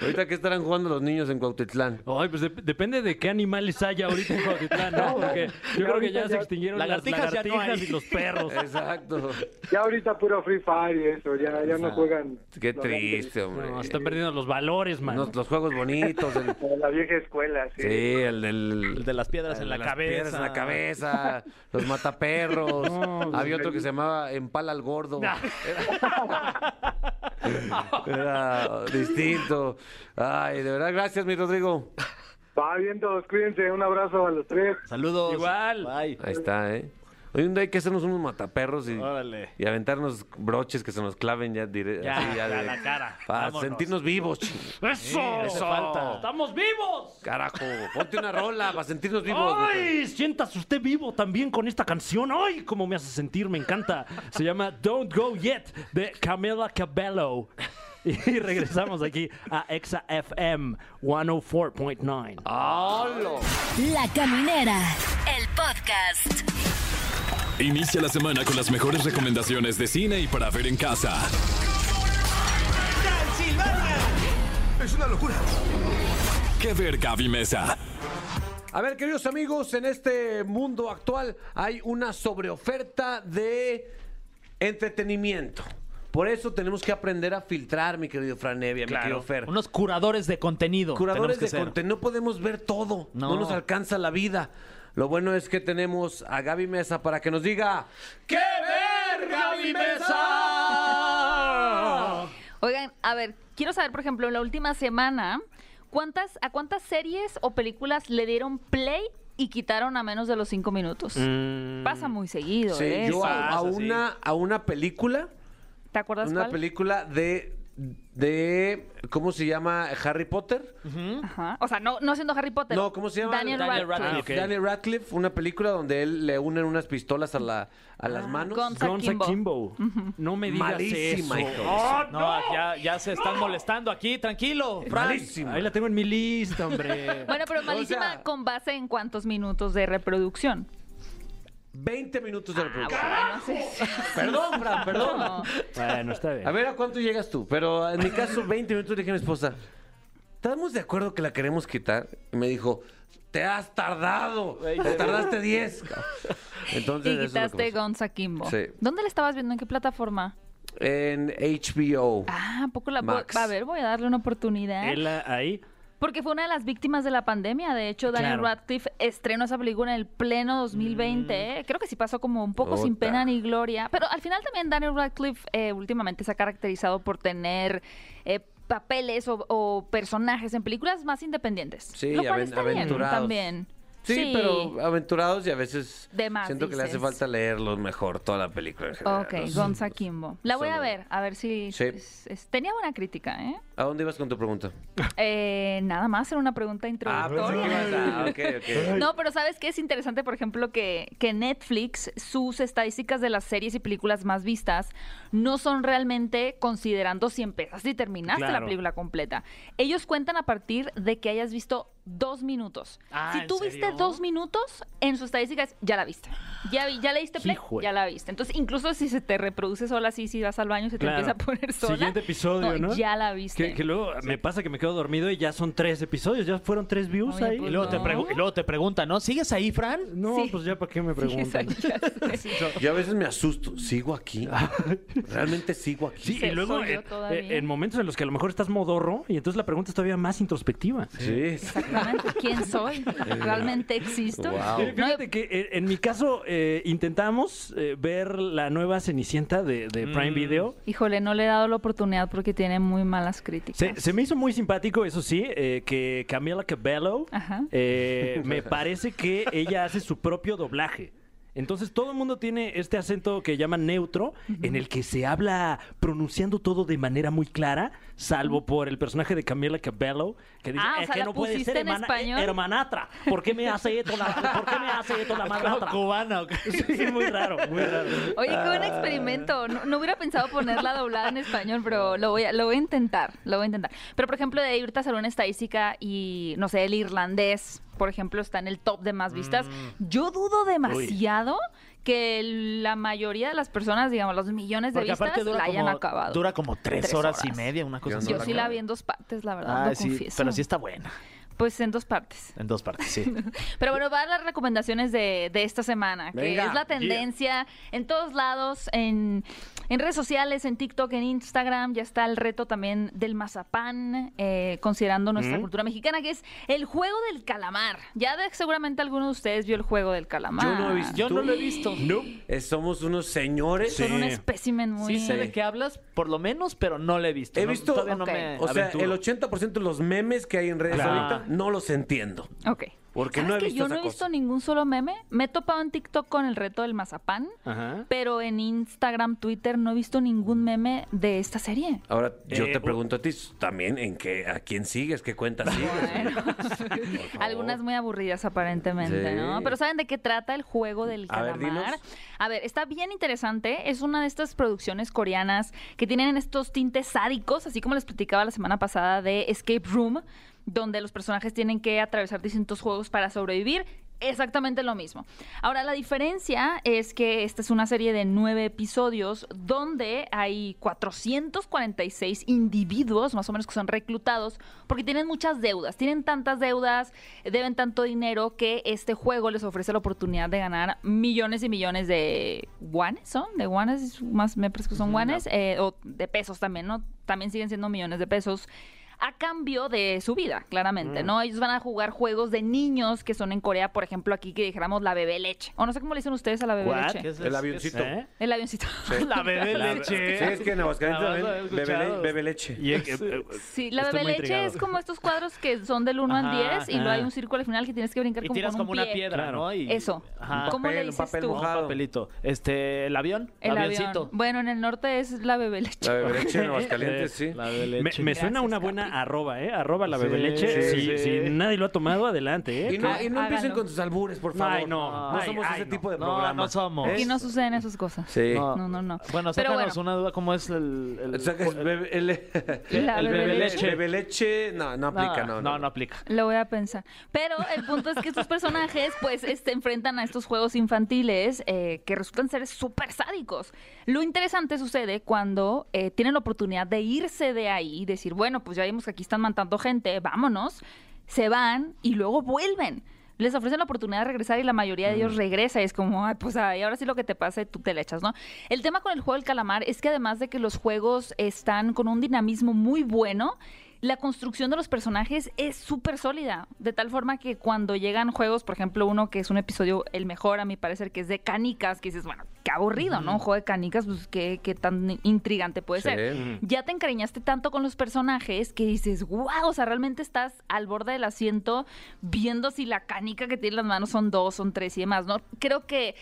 B: Ahorita que estarán jugando los niños
C: [laughs]
B: en Cuautitlán.
D: [laughs] Ay, pues dep- depende de qué animales haya ahorita en Cuautitlán, ¿no? Porque yo creo que ya se extinguieron
C: Lagartijas
D: las
C: ya no
D: lagartijas
C: hay.
D: y los perros.
B: Exacto.
F: Ya ahorita puro Free Fire y eso, ya, ya no juegan.
B: Qué
F: lo de antes,
B: triste, hombre.
D: No, están perdiendo los valores, man.
B: Nos- los juegos bonitos. el-
F: como La vieja escuela, sí.
B: sí, el del...
C: [laughs] El de las piedras en
B: el
C: la
B: de las
C: cabeza.
B: piedras en
C: [laughs]
B: la cabeza, los mataperros. Había otro que se llamaba Empala al Gordo. Era, [laughs] era distinto. Ay, de verdad, gracias, mi Rodrigo.
F: Va viendo, cuídense, un abrazo a los tres.
C: Saludos.
D: Igual.
C: Bye.
B: Ahí está, ¿eh? Hoy un día hay que hacernos unos mataperros y,
C: Órale.
B: y aventarnos broches que se nos claven ya dire-
C: Ya,
B: así, ya
C: a
B: de-
C: la cara.
B: Para
C: Vámonos.
B: sentirnos vivos, ching.
D: ¡Eso!
C: hace falta.
D: ¡Estamos vivos!
B: Carajo, ponte una rola para sentirnos vivos.
D: ¡Ay! Siéntase usted vivo también con esta canción. ¡Ay! ¿Cómo me hace sentir? Me encanta. Se llama Don't Go Yet de Camila Cabello. Y regresamos aquí a Exa FM 104.9.
B: Ah. ¡Halo!
E: La Caminera, el podcast.
A: Inicia la semana con las mejores recomendaciones de cine y para ver en casa.
J: Es una locura.
A: ¿Qué ver, Gaby Mesa?
B: A ver, queridos amigos, en este mundo actual hay una sobreoferta de entretenimiento. Por eso tenemos que aprender a filtrar, mi querido Fran Evia, mi querido Fer.
C: Unos curadores de contenido.
B: Curadores de
C: contenido.
B: contenido, no podemos ver todo, no.
C: No.
B: nos alcanza la vida. Lo bueno es que tenemos a Gaby Mesa para que nos diga ¡Qué ver, Gaby Mesa!
K: Oigan, a ver, quiero saber, por ejemplo, en la última semana, ¿cuántas, ¿a cuántas series o películas le dieron play y quitaron a menos de los cinco minutos? Pasa muy seguido,
B: Mm, Sí,
K: ¿eh?
B: yo a, a
C: Pasa, sí.
B: una, a una película,
K: ¿Te acuerdas
B: una
K: cuál?
B: película de, de, ¿cómo se llama? Harry Potter.
K: Ajá. O sea, no, no siendo Harry Potter.
B: No, ¿cómo se llama?
K: Daniel,
C: Daniel
K: Radcliffe.
C: Radcliffe.
B: Ah,
C: ok.
B: Daniel Radcliffe, una película donde él le unen unas pistolas a, la, a
K: Ah,
B: las manos.
K: Gonza
D: Gonza
K: Kimbo.
D: Kimbo. No me digas
B: Malísima,
D: eso.
B: hijo.
D: ¡Oh,
C: No, ya, ya se están molestando aquí. Tranquilo. Fran.
B: Malísima.
D: Ahí la tengo en mi [laughs] lista, hombre.
K: Bueno,
B: [laughs]
K: pero malísima
B: sea-
K: con base en cuántos minutos de reproducción.
B: 20 minutos de
K: Ah,
B: reproducción.
K: bueno, sí,
B: [laughs]
K: sí.
B: Perdón, Fran, perdón.
K: No.
D: Bueno, está
B: A
D: bien.
B: ver, ¿a cuánto llegas tú? Pero en mi caso, 20 minutos le dije a mi esposa, ¿estamos de acuerdo que la queremos quitar? Y me dijo, te has tardado. Te tardaste 10. cabrón". Entonces,
K: Y
B: eso es lo que
K: quitaste
B: pasó.
K: Gonza Kimbo.
B: Sí.
K: ¿Dónde la estabas viendo? ¿En qué plataforma?
B: En HBO.
K: Ah, ¿a poco la puedo-
B: Max.
K: A ver, voy a darle una oportunidad.
D: Él ah, ahí.
K: Porque fue una de las víctimas de la pandemia. De hecho, Daniel
D: Claro.
K: Radcliffe estrenó esa película en el pleno 2020. ¿eh? Creo que sí pasó como un poco sin
B: Mm. Ota.
K: pena ni gloria. Pero al final también Daniel Radcliffe eh, últimamente se ha caracterizado por tener eh, papeles o, o personajes en películas más independientes.
B: Sí,
K: lo cual
B: aven-
K: está bien
B: aventurados.
K: también.
B: Sí, pero aventurados y a veces
K: De más,
B: siento que le hace
K: dices.
B: falta leerlos mejor toda la película en general.
K: Ok,
B: No sé.
K: Gonza Kimbo. La voy a
B: Solo-
K: ver, a ver si...
B: Sí.
K: es- es- tenía buena crítica, ¿eh?
B: ¿A dónde ibas con tu pregunta?
K: Eh, Nada más era una pregunta introductoria.
B: Ah, ok, ok.
K: No, pero ¿sabes qué es interesante? Por ejemplo, que, que Netflix, sus estadísticas de las series y películas más vistas, no son realmente considerando si empezaste y terminaste la
D: Claro.
K: película completa. Ellos cuentan a partir de que hayas visto dos minutos.
C: Ah,
K: si
C: ¿en
K: tú viste
C: serio?
K: dos minutos, en sus estadísticas ya la viste. Ya, vi- ya le diste play,
D: Híjole.
K: ya la viste. Entonces, incluso si se te reproduce sola, así, si vas al baño, se te
D: Claro.
K: empieza a poner sola.
D: Siguiente episodio, ¿no?
K: Ya la viste.
D: Que, que luego me pasa que me quedo dormido y ya son tres episodios, ya fueron tres views
K: Oye,
D: ahí.
K: pues
C: Y luego, te pregu- y luego te preguntan, ¿no? ¿Sigues ahí, Fran?
D: No, pues ya para qué me
K: Sí,
D: preguntan.
K: exacto, ya sé.
B: Yo a veces me asusto. ¿Sigo
C: [laughs]
B: aquí? ¿Realmente sigo aquí?
D: Sí,
K: Sí,
D: y luego
K: soy yo
D: en,
K: todavía.
D: eh, en momentos en los que a lo mejor estás modorro y entonces la pregunta es todavía más introspectiva.
K: [laughs]
B: Sí.
K: Exactamente. ¿Quién
D: [laughs]
K: soy? ¿Realmente existo?
B: Wow.
D: Eh,
K: No,
D: Fíjate que eh, en mi caso eh, intentamos eh, ver la nueva Cenicienta de, de Prime
C: Mm.
D: Video.
K: Híjole, no le he dado la oportunidad porque tiene muy malas críticas.
D: Se, se me hizo muy simpático, eso sí, eh, que Camila Cabello,
K: Ajá.
D: eh, me parece que ella hace su propio doblaje. Entonces todo el mundo tiene este acento que llaman neutro, en el que se habla pronunciando todo de manera muy clara, salvo por el personaje de Camila Cabello, que dice,
K: Ah, o
D: es
K: sea,
D: que
K: ¿la
D: no puede
K: pusiste
D: ser
K: en
D: hermana-
K: español?
D: eh, hermanatra. ¿Por qué me hace esto la, ¿por qué me hace esto la madrastra?"
C: cubana. ¿o qué?
D: [laughs] Sí, muy raro, muy raro.
K: Oye, qué buen experimento. No, no hubiera pensado ponerla doblada en español, pero lo voy, a, lo voy a intentar, lo voy a intentar. Pero, por ejemplo, de ahí ahorita salió una estadística y, no sé, el irlandés, por ejemplo, está en el top de más vistas. Yo dudo demasiado que la mayoría de las personas, digamos, los millones de
C: Porque aparte
K: vistas,
C: dura
K: la hayan
C: como,
K: acabado.
C: dura como tres,
K: Tres
C: horas, y
K: horas.
C: media, una cosa
B: Yo
C: así.
K: Yo
B: no la
K: sí la
B: acabo.
K: vi en dos partes, la verdad,
C: Ah,
K: lo
C: sí,
K: confieso.
C: pero sí está buena.
K: Pues en dos partes.
C: En dos partes, sí.
K: [laughs] Pero bueno, van las recomendaciones de, de esta semana, que
B: Venga,
K: es la tendencia en todos lados, en, en redes sociales, en TikTok, en Instagram, ya está el reto también del mazapán, eh, considerando nuestra cultura mexicana, que es el juego del calamar. Ya de- seguramente alguno de ustedes vio el juego del calamar.
B: Yo no he visto.
C: Yo no lo he visto.
B: Eh, Somos unos señores.
K: Son un espécimen muy...
C: Sí sé de qué hablas, por lo menos, pero no lo he visto.
B: He
C: No,
B: visto-
C: todavía no
K: Ok.
C: me
B: O sea,
C: aventuro.
B: el 80% de los memes que hay en redes
C: Claro.
B: ahorita no los entiendo.
K: Ok.
B: Porque
K: ¿Sabes
B: no he
K: que
B: visto
K: yo
B: esa
K: no he visto
B: cosa?
K: ningún solo meme? Me he topado en TikTok con el reto del mazapán,
D: Ajá.
K: pero en Instagram, Twitter no he visto ningún meme de esta serie.
B: Ahora, yo
D: Eh,
B: te
D: o-
B: pregunto a ti también en qué, a quién sigues, qué cuenta sigues.
K: [laughs] Algunas muy aburridas aparentemente,
B: Sí.
K: ¿no? Pero ¿saben de qué trata el juego del
B: A ver,
K: calamar?
B: dinos.
K: A ver, está bien interesante. Es una de estas producciones coreanas que tienen estos tintes sádicos, así como les platicaba la semana pasada de Escape Room, donde los personajes tienen que atravesar distintos juegos para sobrevivir. Exactamente lo mismo. Ahora, la diferencia es que esta es una serie de nueve episodios donde hay 446 individuos, más o menos, que son reclutados porque tienen muchas deudas. Tienen tantas deudas, deben tanto dinero que este juego les ofrece la oportunidad de ganar millones y millones de guanes, ¿son? De guanes, más me parece que son guanes, eh, o de pesos también, ¿no? También siguen siendo millones de pesos a cambio de su vida,
C: Mm.
K: claramente, ¿no? Ellos van a jugar juegos de niños que son en Corea, por ejemplo, aquí que dijéramos la bebé leche. O no sé cómo le dicen ustedes a la bebé
C: ¿What? ¿Qué
K: leche.
C: es
B: El
C: eso?
B: avioncito.
C: ¿Eh?
K: El avioncito. [laughs]
C: La [laughs] bebé leche.
B: Sí, es que en Aguascalientes
C: Jamás lo
B: también
C: había
B: bebe,
C: escuchado.
B: le- bebe leche.
D: Y, eh, eh,
K: Sí, la
D: Estoy
K: bebé
D: muy
K: leche
D: intrigado.
K: es como estos cuadros que son del 1 al
C: Ajá,
K: 10 y luego hay
C: ajá.
K: un círculo al final que tienes que brincar
C: Y
K: como,
C: tiras
K: con un
C: como una
K: pie.
C: piedra,
D: Claro.
C: ¿no? Y-
K: Eso.
C: Ajá.
K: ¿Cómo le
B: papel, un
K: dices
B: papel
K: tú?
C: Un
B: mojado.
C: papelito. Este, el avión.
K: El
C: avioncito.
K: avión. Bueno, en el norte es la bebé leche.
B: La bebe [laughs] leche en Aguascalientes, sí.
C: La bebé
D: Me,
C: leche.
D: me suena
K: Gracias,
D: una buena
K: Capi.
D: arroba, ¿eh? Arroba la
C: Sí,
D: bebeleche.
B: sí,
D: si,
C: sí.
D: si nadie lo ha tomado, adelante, ¿eh?
B: Y no,
K: Ah,
B: y no empiecen
K: háganlo.
B: con sus albures, por favor.
D: Ay, no.
B: No
D: Ay,
B: somos
D: ay,
B: ese
D: no.
B: tipo de
C: No,
B: programa.
C: no somos.
K: Aquí no suceden esas cosas.
B: Sí.
K: No, no, no.
C: Bueno,
K: Pero
C: sácanos
K: bueno.
C: una duda, ¿cómo es el... el-
B: O sea, que es bebe- el,
K: La
C: el
K: bebé
C: bebé
K: leche.
C: leche.
B: bebe leche, no, no aplica,
K: Ah.
B: no.
C: no, no aplica.
K: Lo voy a pensar. Pero el punto es que estos personajes, pues, se enfrentan a estos juegos infantiles eh, que resultan ser súper sádicos. Lo interesante sucede cuando eh, tienen la oportunidad de irse de ahí y decir, bueno, pues ya vimos que aquí están matando gente, vámonos. Se van y luego vuelven. Les ofrecen la oportunidad de regresar y la mayoría de ellos regresa y es como, ay, pues ay, ahora sí lo que te pase, tú te le echas, ¿no? El tema con el juego del calamar es que además de que los juegos están con un dinamismo muy bueno, la construcción de los personajes es súper sólida, de tal forma que cuando llegan juegos, por ejemplo, uno que es un episodio, el mejor a mi parecer, que es de canicas, que dices, bueno, qué aburrido, ¿no? Un juego de canicas, pues qué, qué tan intrigante puede
B: Sí.
K: ser ya te encariñaste tanto con los personajes que dices, wow, o sea, realmente estás al borde del asiento viendo si la canica que tiene en las manos son dos, son tres y demás, ¿no? Creo que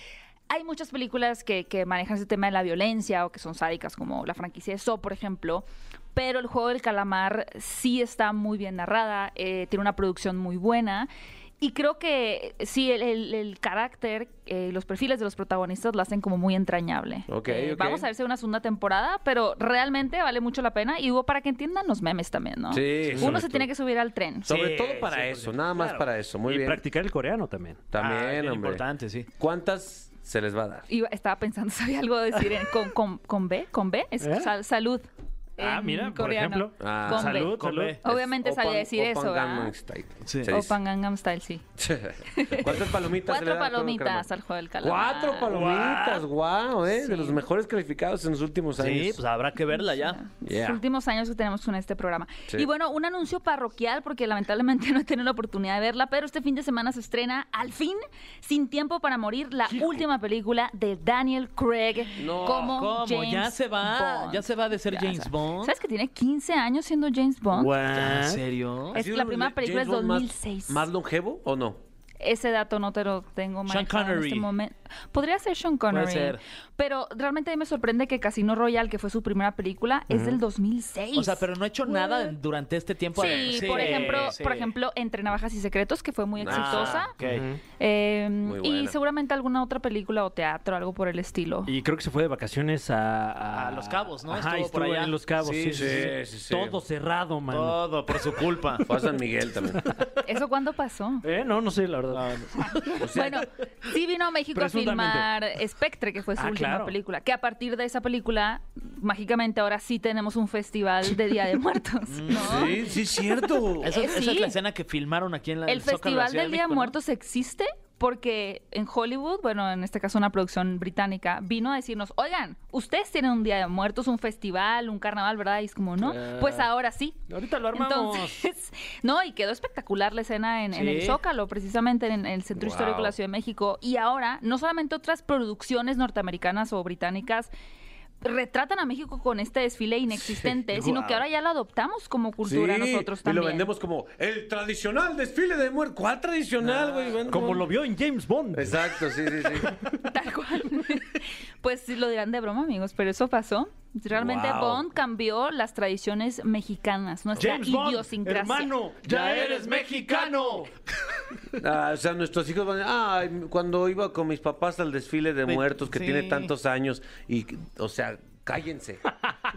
K: hay muchas películas que, que manejan ese tema de la violencia o que son sádicas, como la franquicia de So, por ejemplo. Pero el juego del calamar sí está muy bien narrada, eh, tiene una producción muy buena. Y creo que sí, el, el- el carácter, eh, los perfiles de los protagonistas lo hacen como muy entrañable.
B: Ok, ok.
K: Eh, Vamos a ver si hay una segunda temporada, pero realmente vale mucho la pena. Y hubo para que entiendan los memes también, ¿no?
B: Sí, sobre
K: Uno se
B: todo.
K: tiene que subir al tren.
B: Sobre todo para eso, nada más para eso. Muy
D: y
B: bien.
D: practicar el coreano también.
B: También,
C: Ah, bien
B: hombre.
C: importante, sí.
B: ¿Cuántas se les va a dar?
K: Iba- estaba pensando, [laughs] sabía algo de decir en- con, con, con B, con B, es
B: ¿Eh?
K: sal- salud.
D: Ah,
K: en
D: mira, por
K: coreano.
D: ejemplo.
B: Ah.
K: Con B.
D: salud,
C: Con
D: salud.
C: B.
K: Obviamente
B: Es
K: sabía
B: Opan-
K: decir eso,
B: Opan
K: ¿verdad?
B: Gangnam Style.
C: Sí.
B: Se dice.
K: Open Gangnam Style, sí.
B: ¿Cuántas palomitas se le
K: Cuatro
B: da a todo el
K: palomitas
B: calamar?
K: al juego del calamar.
B: Cuatro palomitas, guau, ¿eh? De los mejores calificados en los últimos años.
C: Sí, pues habrá que verla ya.
B: Yeah.
K: Los últimos años que tenemos con este programa.
B: Sí.
K: Y bueno, un anuncio parroquial, porque lamentablemente [laughs] no he tenido la oportunidad de verla, pero este fin de semana se estrena al fin, Sin Tiempo para Morir, la última película de Daniel Craig
C: No,
K: como
C: ¿cómo?
K: James
C: ya se va,
K: Bond.
C: ya se va de ser James Bond.
K: ¿Sabes que tiene 15 años siendo James
C: Ah,
K: Bond?
C: ¿En serio?
K: Es- la primera película es
B: James Bond más-
K: 2006.
B: ¿Más longevo o no?
K: Ese dato no te lo tengo
C: Sean
K: manejado en este
C: Connery.
K: momento. Podría ser Sean Connery.
C: ser.
K: Pero realmente a mí me sorprende que Casino Royale, que fue su primera película, es del 2006.
C: O sea, pero no ha hecho nada durante este tiempo.
K: Sí, por
D: eh,
K: ejemplo, por ejemplo, Entre Navajas y Secretos, que fue
C: Ah,
D: Ah,
K: muy exitosa. Eh, y
B: buena.
K: seguramente alguna otra película o teatro, algo por el estilo.
D: Y creo que se fue de vacaciones a... A,
C: A Los Cabos, ¿no?
D: Ajá,
C: Estuvo por
D: estuvo
C: allá.
D: en Los Cabos. Sí,
B: Sí,
D: sí,
B: sí,
D: sí.
B: sí, sí.
D: Todo cerrado, mano.
C: Todo por su
D: [laughs]
C: culpa.
B: Fue a San Miguel también.
K: ¿Eso cuándo pasó?
D: Eh, no, no sé, la verdad.
C: Ah,
D: [laughs]
K: Bueno, sí vino a México a
D: Presuntamente.
K: filmar Spectre, que fue su
D: Ah,
K: última
D: claro.
K: película. Que a partir de esa película, mágicamente ahora sí tenemos un festival de
D: [laughs]
K: Día de Muertos, [laughs]
D: Mm.
K: ¿no?
B: Sí, sí, es cierto.
C: Esa,
K: Eh,
C: esa
K: sí.
C: es la escena que filmaron aquí en la
K: El
C: Zócalo de la
K: Festival
C: Ciudad
K: del Día de
C: México, ¿no?
K: Muertos existe porque en Hollywood, bueno, en este caso una producción británica, vino a decirnos, oigan, ustedes tienen un Día de Muertos, un festival, un carnaval, ¿verdad? Y es como, ¿no? Pues ahora sí.
D: Ahorita lo armamos.
K: Entonces, [laughs] no, y quedó espectacular la escena en, en el
C: Sí.
K: Zócalo, precisamente en, el Centro
B: Wow.
K: Histórico de la Ciudad de México. Y ahora, no solamente otras producciones norteamericanas o británicas retratan a México con este desfile inexistente, sino que ahora ya lo adoptamos como [laughs] cultura
B: Sí,
K: nosotros
B: Y
K: también.
B: lo vendemos como el tradicional desfile de muerte. ¿Cuál tradicional, güey? Bueno,
D: Como
B: bueno.
D: lo vio en James Bond.
B: Exacto, sí, sí, sí.
K: Tal cual. [laughs] pues sí, lo dirán de broma, amigos, pero eso pasó. Realmente
B: Wow.
K: Bond cambió las tradiciones mexicanas, nuestra
D: James Bond,
K: idiosincrasia.
D: hermano, ya eres mexicano.
B: Ah, o sea, nuestros hijos van. Ay, cuando iba con mis papás al desfile de
C: Ve-
B: muertos que
C: sí.
B: tiene tantos años. Y, o sea, cállense.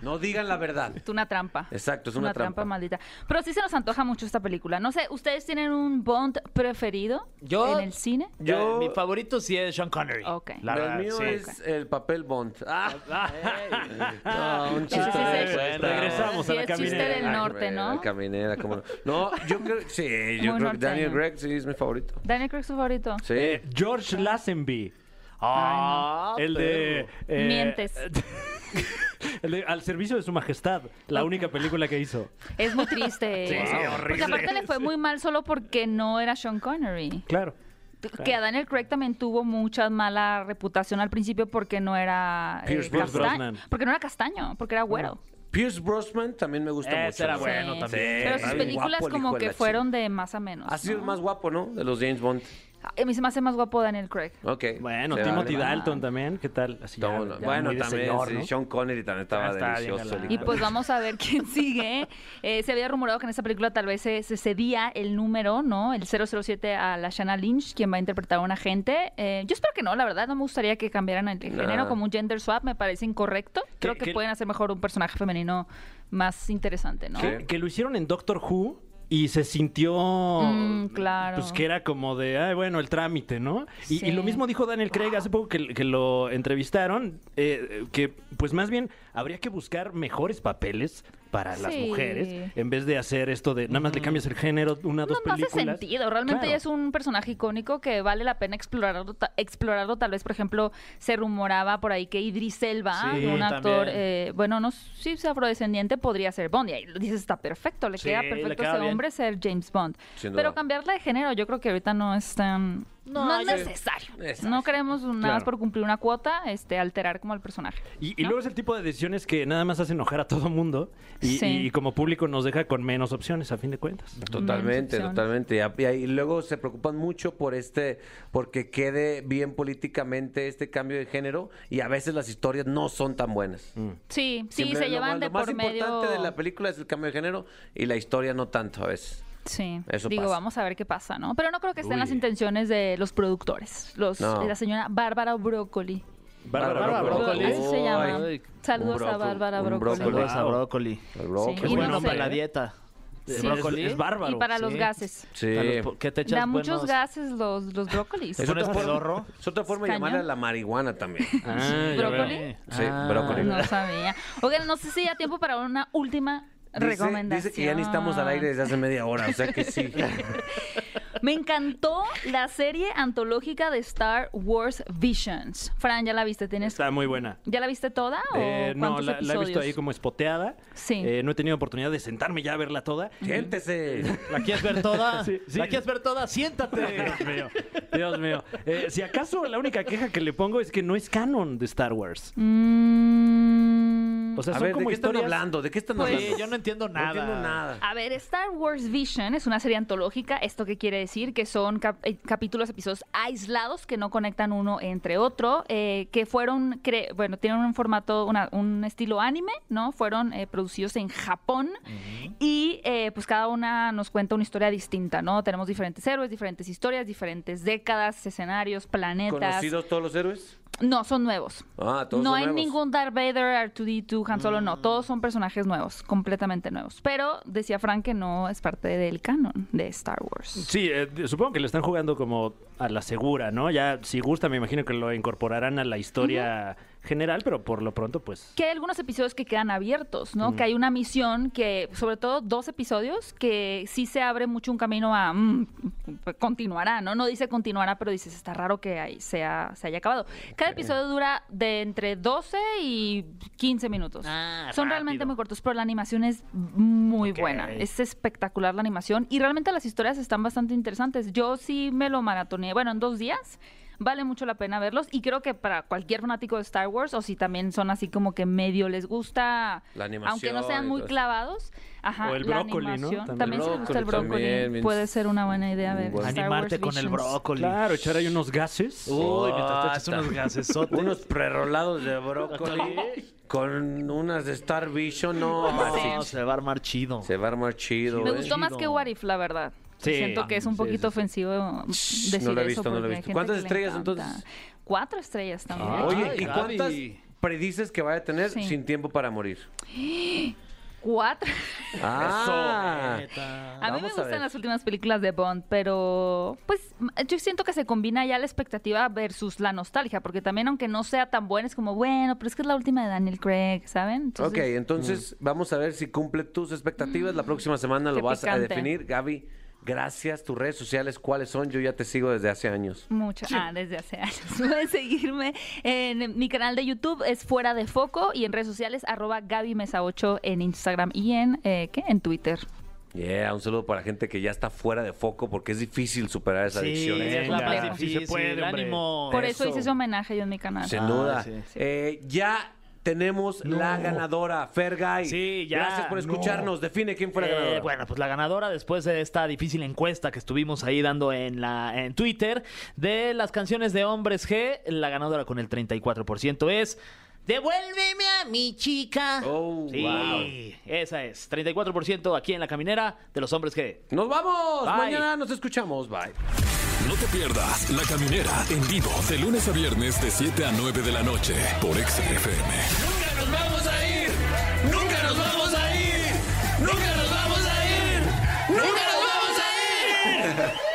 B: No digan la verdad.
K: Es una trampa.
B: Exacto, es una trampa.
K: maldita. Pero sí se nos antoja mucho esta película. No sé, ¿ustedes tienen un Bond preferido
C: Yo-
K: en el cine?
C: Ya,
B: Yo-
C: Mi favorito sí es Sean Connery.
K: Ok.
C: La
B: el
C: verdad,
B: mío
C: sí.
B: es el
C: [laughs]
B: papel Bond. Ah, no, un
K: Ese sí
B: chiste.
K: es
B: de
K: el-
B: cuesta.
D: Regresamos
K: sí,
D: a la
K: el chiste
D: caminera.
K: del
B: Ay,
K: norte,
B: güey,
K: ¿no?
B: la Caminera, cómo no. No, yo creo, sí, yo
K: Muy
B: creo que Daniel
K: norteño.
B: Gregg sí es mi favorito.
K: Daniel Craig, su favorito.
B: Sí.
C: Eh.
D: George Lazenby.
C: Ah,
D: El de... eh,
K: Mientes.
D: [laughs] el de Al servicio de su majestad. La única película que hizo.
K: Es muy triste.
D: Sí,
K: eso. Porque
D: horrible.
K: aparte le fue muy mal solo porque no era Sean Connery.
D: Claro.
K: Que a Daniel Craig también tuvo mucha mala reputación al principio porque no era eh,
D: Pierce Brosnan. Brosnan.
K: Porque no era castaño, porque era güero.
B: Pierce Brosnan también me gusta
C: Ese
B: mucho.
C: era
B: ¿no?
C: bueno
K: Sí.
C: también.
K: Pero sus
B: Está bien
K: películas
B: Eh, guapo el hijo
K: como
B: de
K: que
B: la Ah.
K: fueron de más a menos.
B: Ha sido el
K: ¿no?
B: más guapo, ¿no? De los James Bond.
K: A mí se me hace más guapo Daniel Craig.
B: Ok.
D: Bueno,
B: se
D: Timothy
B: vale.
D: Dalton también. ¿Qué tal? Así ya-
B: Todo-
D: ya
B: bueno,
D: muy de
B: también.
D: señor,
B: sí,
D: ¿no?
B: Sean Connery también estaba
D: Ya está bien
B: delicioso.
D: galán.
B: el
K: Y
B: hijo.
K: pues vamos a ver
B: [laughs]
K: quién sigue. Eh, se había rumorado que en esta película tal vez se, se cedía el número, ¿no? El 007 a la Shanna Lynch, quien va a interpretar a un agente. Eh, yo espero que no, la verdad, no me gustaría que cambiaran el género
B: Nah.
K: como un gender swap, me parece incorrecto. Creo que
D: qué-
K: pueden hacer mejor un personaje femenino más interesante, ¿no?
B: Sí.
D: Que lo hicieron en Doctor Who y se sintió.
K: Mm, claro.
D: Oh. Pues que era como de, ay, bueno, el trámite, ¿no? Y,
K: Sí.
D: y lo mismo dijo Daniel Craig hace poco que, que lo entrevistaron, eh, que pues más bien habría que buscar mejores papeles para las
K: Sí.
D: mujeres en vez de hacer esto de nada más le cambias el género, una,
K: No,
D: dos
K: no hace
D: películas.
K: sentido, realmente
D: Claro.
K: ella es un personaje icónico que vale la pena explorarlo, ta- explorarlo. Tal vez, por ejemplo, se rumoraba por ahí que Idris Elba,
C: Sí,
K: un actor,
C: también.
K: eh, bueno, no s- sí, es afrodescendiente, podría ser Bond. Y ahí lo dices, está perfecto, le
C: Sí,
K: queda
C: le
K: perfecto a
C: queda
K: ese
C: bien.
K: hombre ser James Bond.
B: Sin duda.
K: Pero cambiarla de género, yo creo que ahorita no es tan... No,
C: No,
K: es
C: yo-
K: necesario.
B: Exacto.
K: No queremos nada más
D: Claro.
K: por cumplir una cuota, este, alterar como el personaje.
D: Y, y luego es el tipo de decisiones que nada más hace enojar a todo mundo y,
K: Sí.
D: y como público nos deja con menos opciones a fin de cuentas.
B: Totalmente,
K: Menos opciones.
B: totalmente. Y a- Y, ahí luego se preocupan mucho por este, porque quede bien políticamente este cambio de género y a veces las historias no son tan buenas.
D: Mm.
K: Sí, sí,
B: Siempre
K: se
B: lo
K: llevan
B: más-
K: de
B: lo más
K: por medio...
B: importante de la película es el cambio de género y la historia no tanto a veces.
K: Sí.
B: Eso
K: Digo,
B: pasa.
K: vamos a ver qué pasa, ¿no? Pero no creo que estén las
B: Uy.
K: intenciones de los productores. Los,
B: No.
K: La señora Bárbara Brócoli.
B: Bárbara Brócoli.
K: Así se llama.
B: Ay.
K: Saludos
B: Un
K: a Bárbara
B: un
K: Brócoli.
C: Saludos a
B: Wow.
C: brócoli.
B: El brócoli.
K: Sí, y no sé.
C: dieta.
K: Sí.
C: El brócoli
K: Es- es bárbaro. Y para los gases.
B: Sí.
C: Para los- ¿Qué te echas?
K: Da muchos
C: buenos-
K: gases los, los brócolis.
B: Es otra, forma, es otra forma de
K: Cañón.
B: llamarle a la marihuana
D: [laughs]
B: también.
D: Ah,
K: ya ¿Brócoli? veo.
B: Sí,
C: Ah.
B: brócoli.
K: No sabía. Oigan, no sé si ya tiempo para una última
B: Dice-
K: recomendación.
B: Dice que ya ni estamos al aire desde hace media hora, o sea que sí.
K: Me encantó la serie antológica de Star Wars Visions. Fran, ya la viste, tienes.
D: Está muy buena.
K: ¿Ya la viste toda? ¿O
D: Eh, no,
K: cuántos
D: la, la he visto
K: episodios?
D: ahí como espoteada.
K: Sí.
D: Eh, no he tenido oportunidad de sentarme ya a verla toda.
B: [laughs] Siéntese.
C: ¿La quieres ver [laughs] toda?
D: Sí, sí.
C: ¿La quieres ver toda? Siéntate. [laughs]
D: Dios mío, Dios mío. Eh, si acaso la única queja que le pongo es que no es canon de Star Wars.
K: Mm,
D: O sea,
B: a
D: son
B: ver, ¿de
D: como
B: qué están
D: historias-
B: hablando? ¿De qué están
C: pues, Sí,
B: hablando?
C: yo no entiendo
B: No
C: nada.
B: entiendo nada.
K: A ver, Star Wars Vision es una serie antológica. ¿Esto qué quiere decir? Que son cap- eh, capítulos, episodios aislados que no conectan uno entre otro, eh, que fueron, cre- bueno, tienen un formato, una- un estilo anime, ¿no? Fueron eh, producidos en Japón y eh, pues cada una nos cuenta una historia distinta, ¿no? Tenemos diferentes héroes, diferentes historias, diferentes décadas, escenarios, planetas.
B: ¿Conocidos todos los héroes?
K: No, son nuevos.
B: Ah, todos
K: no
B: son
K: hay
B: nuevos. Mm.
K: ningún Darth Vader, R2D2, Han Solo, no. Todos son personajes nuevos, completamente nuevos. Pero decía Frank que no es parte del canon de Star Wars.
D: Sí, eh, supongo que lo están jugando como a la segura, ¿no? Ya, si gusta, me imagino que lo incorporarán a la historia general, pero por lo pronto, pues.
K: Que hay algunos episodios que quedan abiertos, ¿no? Que hay una misión que, sobre todo dos episodios, que sí se abre mucho un camino a mm, continuará, ¿no? No dice continuará, pero dices, está raro que ahí sea, se haya acabado. Cada episodio dura de entre 12 y 15 minutos.
C: Ah,
K: Son
C: rápido.
K: realmente muy cortos, pero la animación es muy buena. Es espectacular la animación y realmente las historias están bastante interesantes. Yo sí me lo maratoneé, bueno, en dos días. Vale mucho la pena verlos y creo que para cualquier fanático de Star Wars o si también son así como que medio les gusta,
B: La
K: aunque no
B: animación
K: sean
B: y
K: muy
B: todo eso.
K: clavados, ajá,
D: O el
K: la
D: brócoli, ¿no?
K: animación.
D: También.
K: También si les gusta el
B: Brócoli
K: brócoli,
B: también, bien-
K: puede ser una buena idea ver.
B: Bueno.
K: Pues Star
C: Animarte
K: Wars
C: con el
K: Visions.
C: brócoli.
D: Claro, echar ahí unos gases.
C: Uy, mientras te echas Ah, unos
B: Hasta-
C: gasesotes.
B: Unos prerolados de brócoli con unas de Star Vision, no,
C: No,
B: así.
C: se va a armar chido.
B: Se va a armar chido.
K: Me
B: ¿eh?
K: gustó más que What If, la verdad.
D: Sí.
K: Siento que es un
D: Sí, sí,
K: poquito
D: sí.
K: ofensivo mm, decir
B: no lo he
K: eso
B: visto, no lo
K: porque
B: he
K: hay
B: visto.
K: gente
B: ¿Cuántas
K: que le
B: estrellas,
K: encanta.
B: entonces?
K: Cuatro estrellas también.
B: Oye, ¿y
C: Gaby.
B: cuántas predices que vaya a tener
K: Sí.
B: sin tiempo para morir?
K: Cuatro.
B: Ah,
K: A mí me
B: Vamos a ver.
K: gustan las últimas películas de Bond, pero pues m- yo siento que se combina ya la expectativa versus la nostalgia, porque también aunque no sea tan buena, es como, bueno, pero es que es la última de Daniel Craig, ¿saben? Entonces,
B: ok, entonces vamos a ver si cumple tus expectativas. La próxima semana lo
K: qué
B: vas a
K: picante.
B: definir. Gaby, gracias. Tus redes sociales, ¿cuáles son? Yo ya te sigo desde hace años.
K: Mucho. Ah, desde hace años. [laughs] Pueden seguirme en mi canal de YouTube, es Fuera de Foco, y en redes sociales, arroba Gaby Mesa 8 en Instagram y en, eh, ¿qué? En Twitter.
B: Yeah, un saludo para gente que ya está fuera de foco porque es difícil superar esa
C: Sí,
B: adicción. ¿eh?
C: es la
K: Venga.
C: más
K: Sí se
C: difícil.
D: puede, hombre.
C: ánimo.
K: Por eso,
B: Eso.
K: hice ese homenaje yo en mi canal.
B: Sin duda.
C: sí.
B: Eh, ya tenemos la ganadora, Fergay.
C: Sí, ya.
B: Gracias por
C: No.
B: escucharnos. Define quién fue la
C: Eh,
B: ganadora.
C: bueno, pues la ganadora después de esta difícil encuesta que estuvimos ahí dando en la en Twitter de las canciones de hombres G, la ganadora con el 34% es Devuélveme a mi chica.
B: Oh,
C: sí,
B: wow.
C: esa es. 34% aquí en la caminera de los hombres G.
B: Nos vamos.
C: Bye.
B: Mañana nos escuchamos. Bye.
A: No te pierdas La Caminera en vivo de lunes a viernes de 7 a 9 de la noche por XFM.
J: Nunca nos vamos a ir. Nunca nos vamos a ir. Nunca nos vamos a ir. Nunca nos vamos a ir.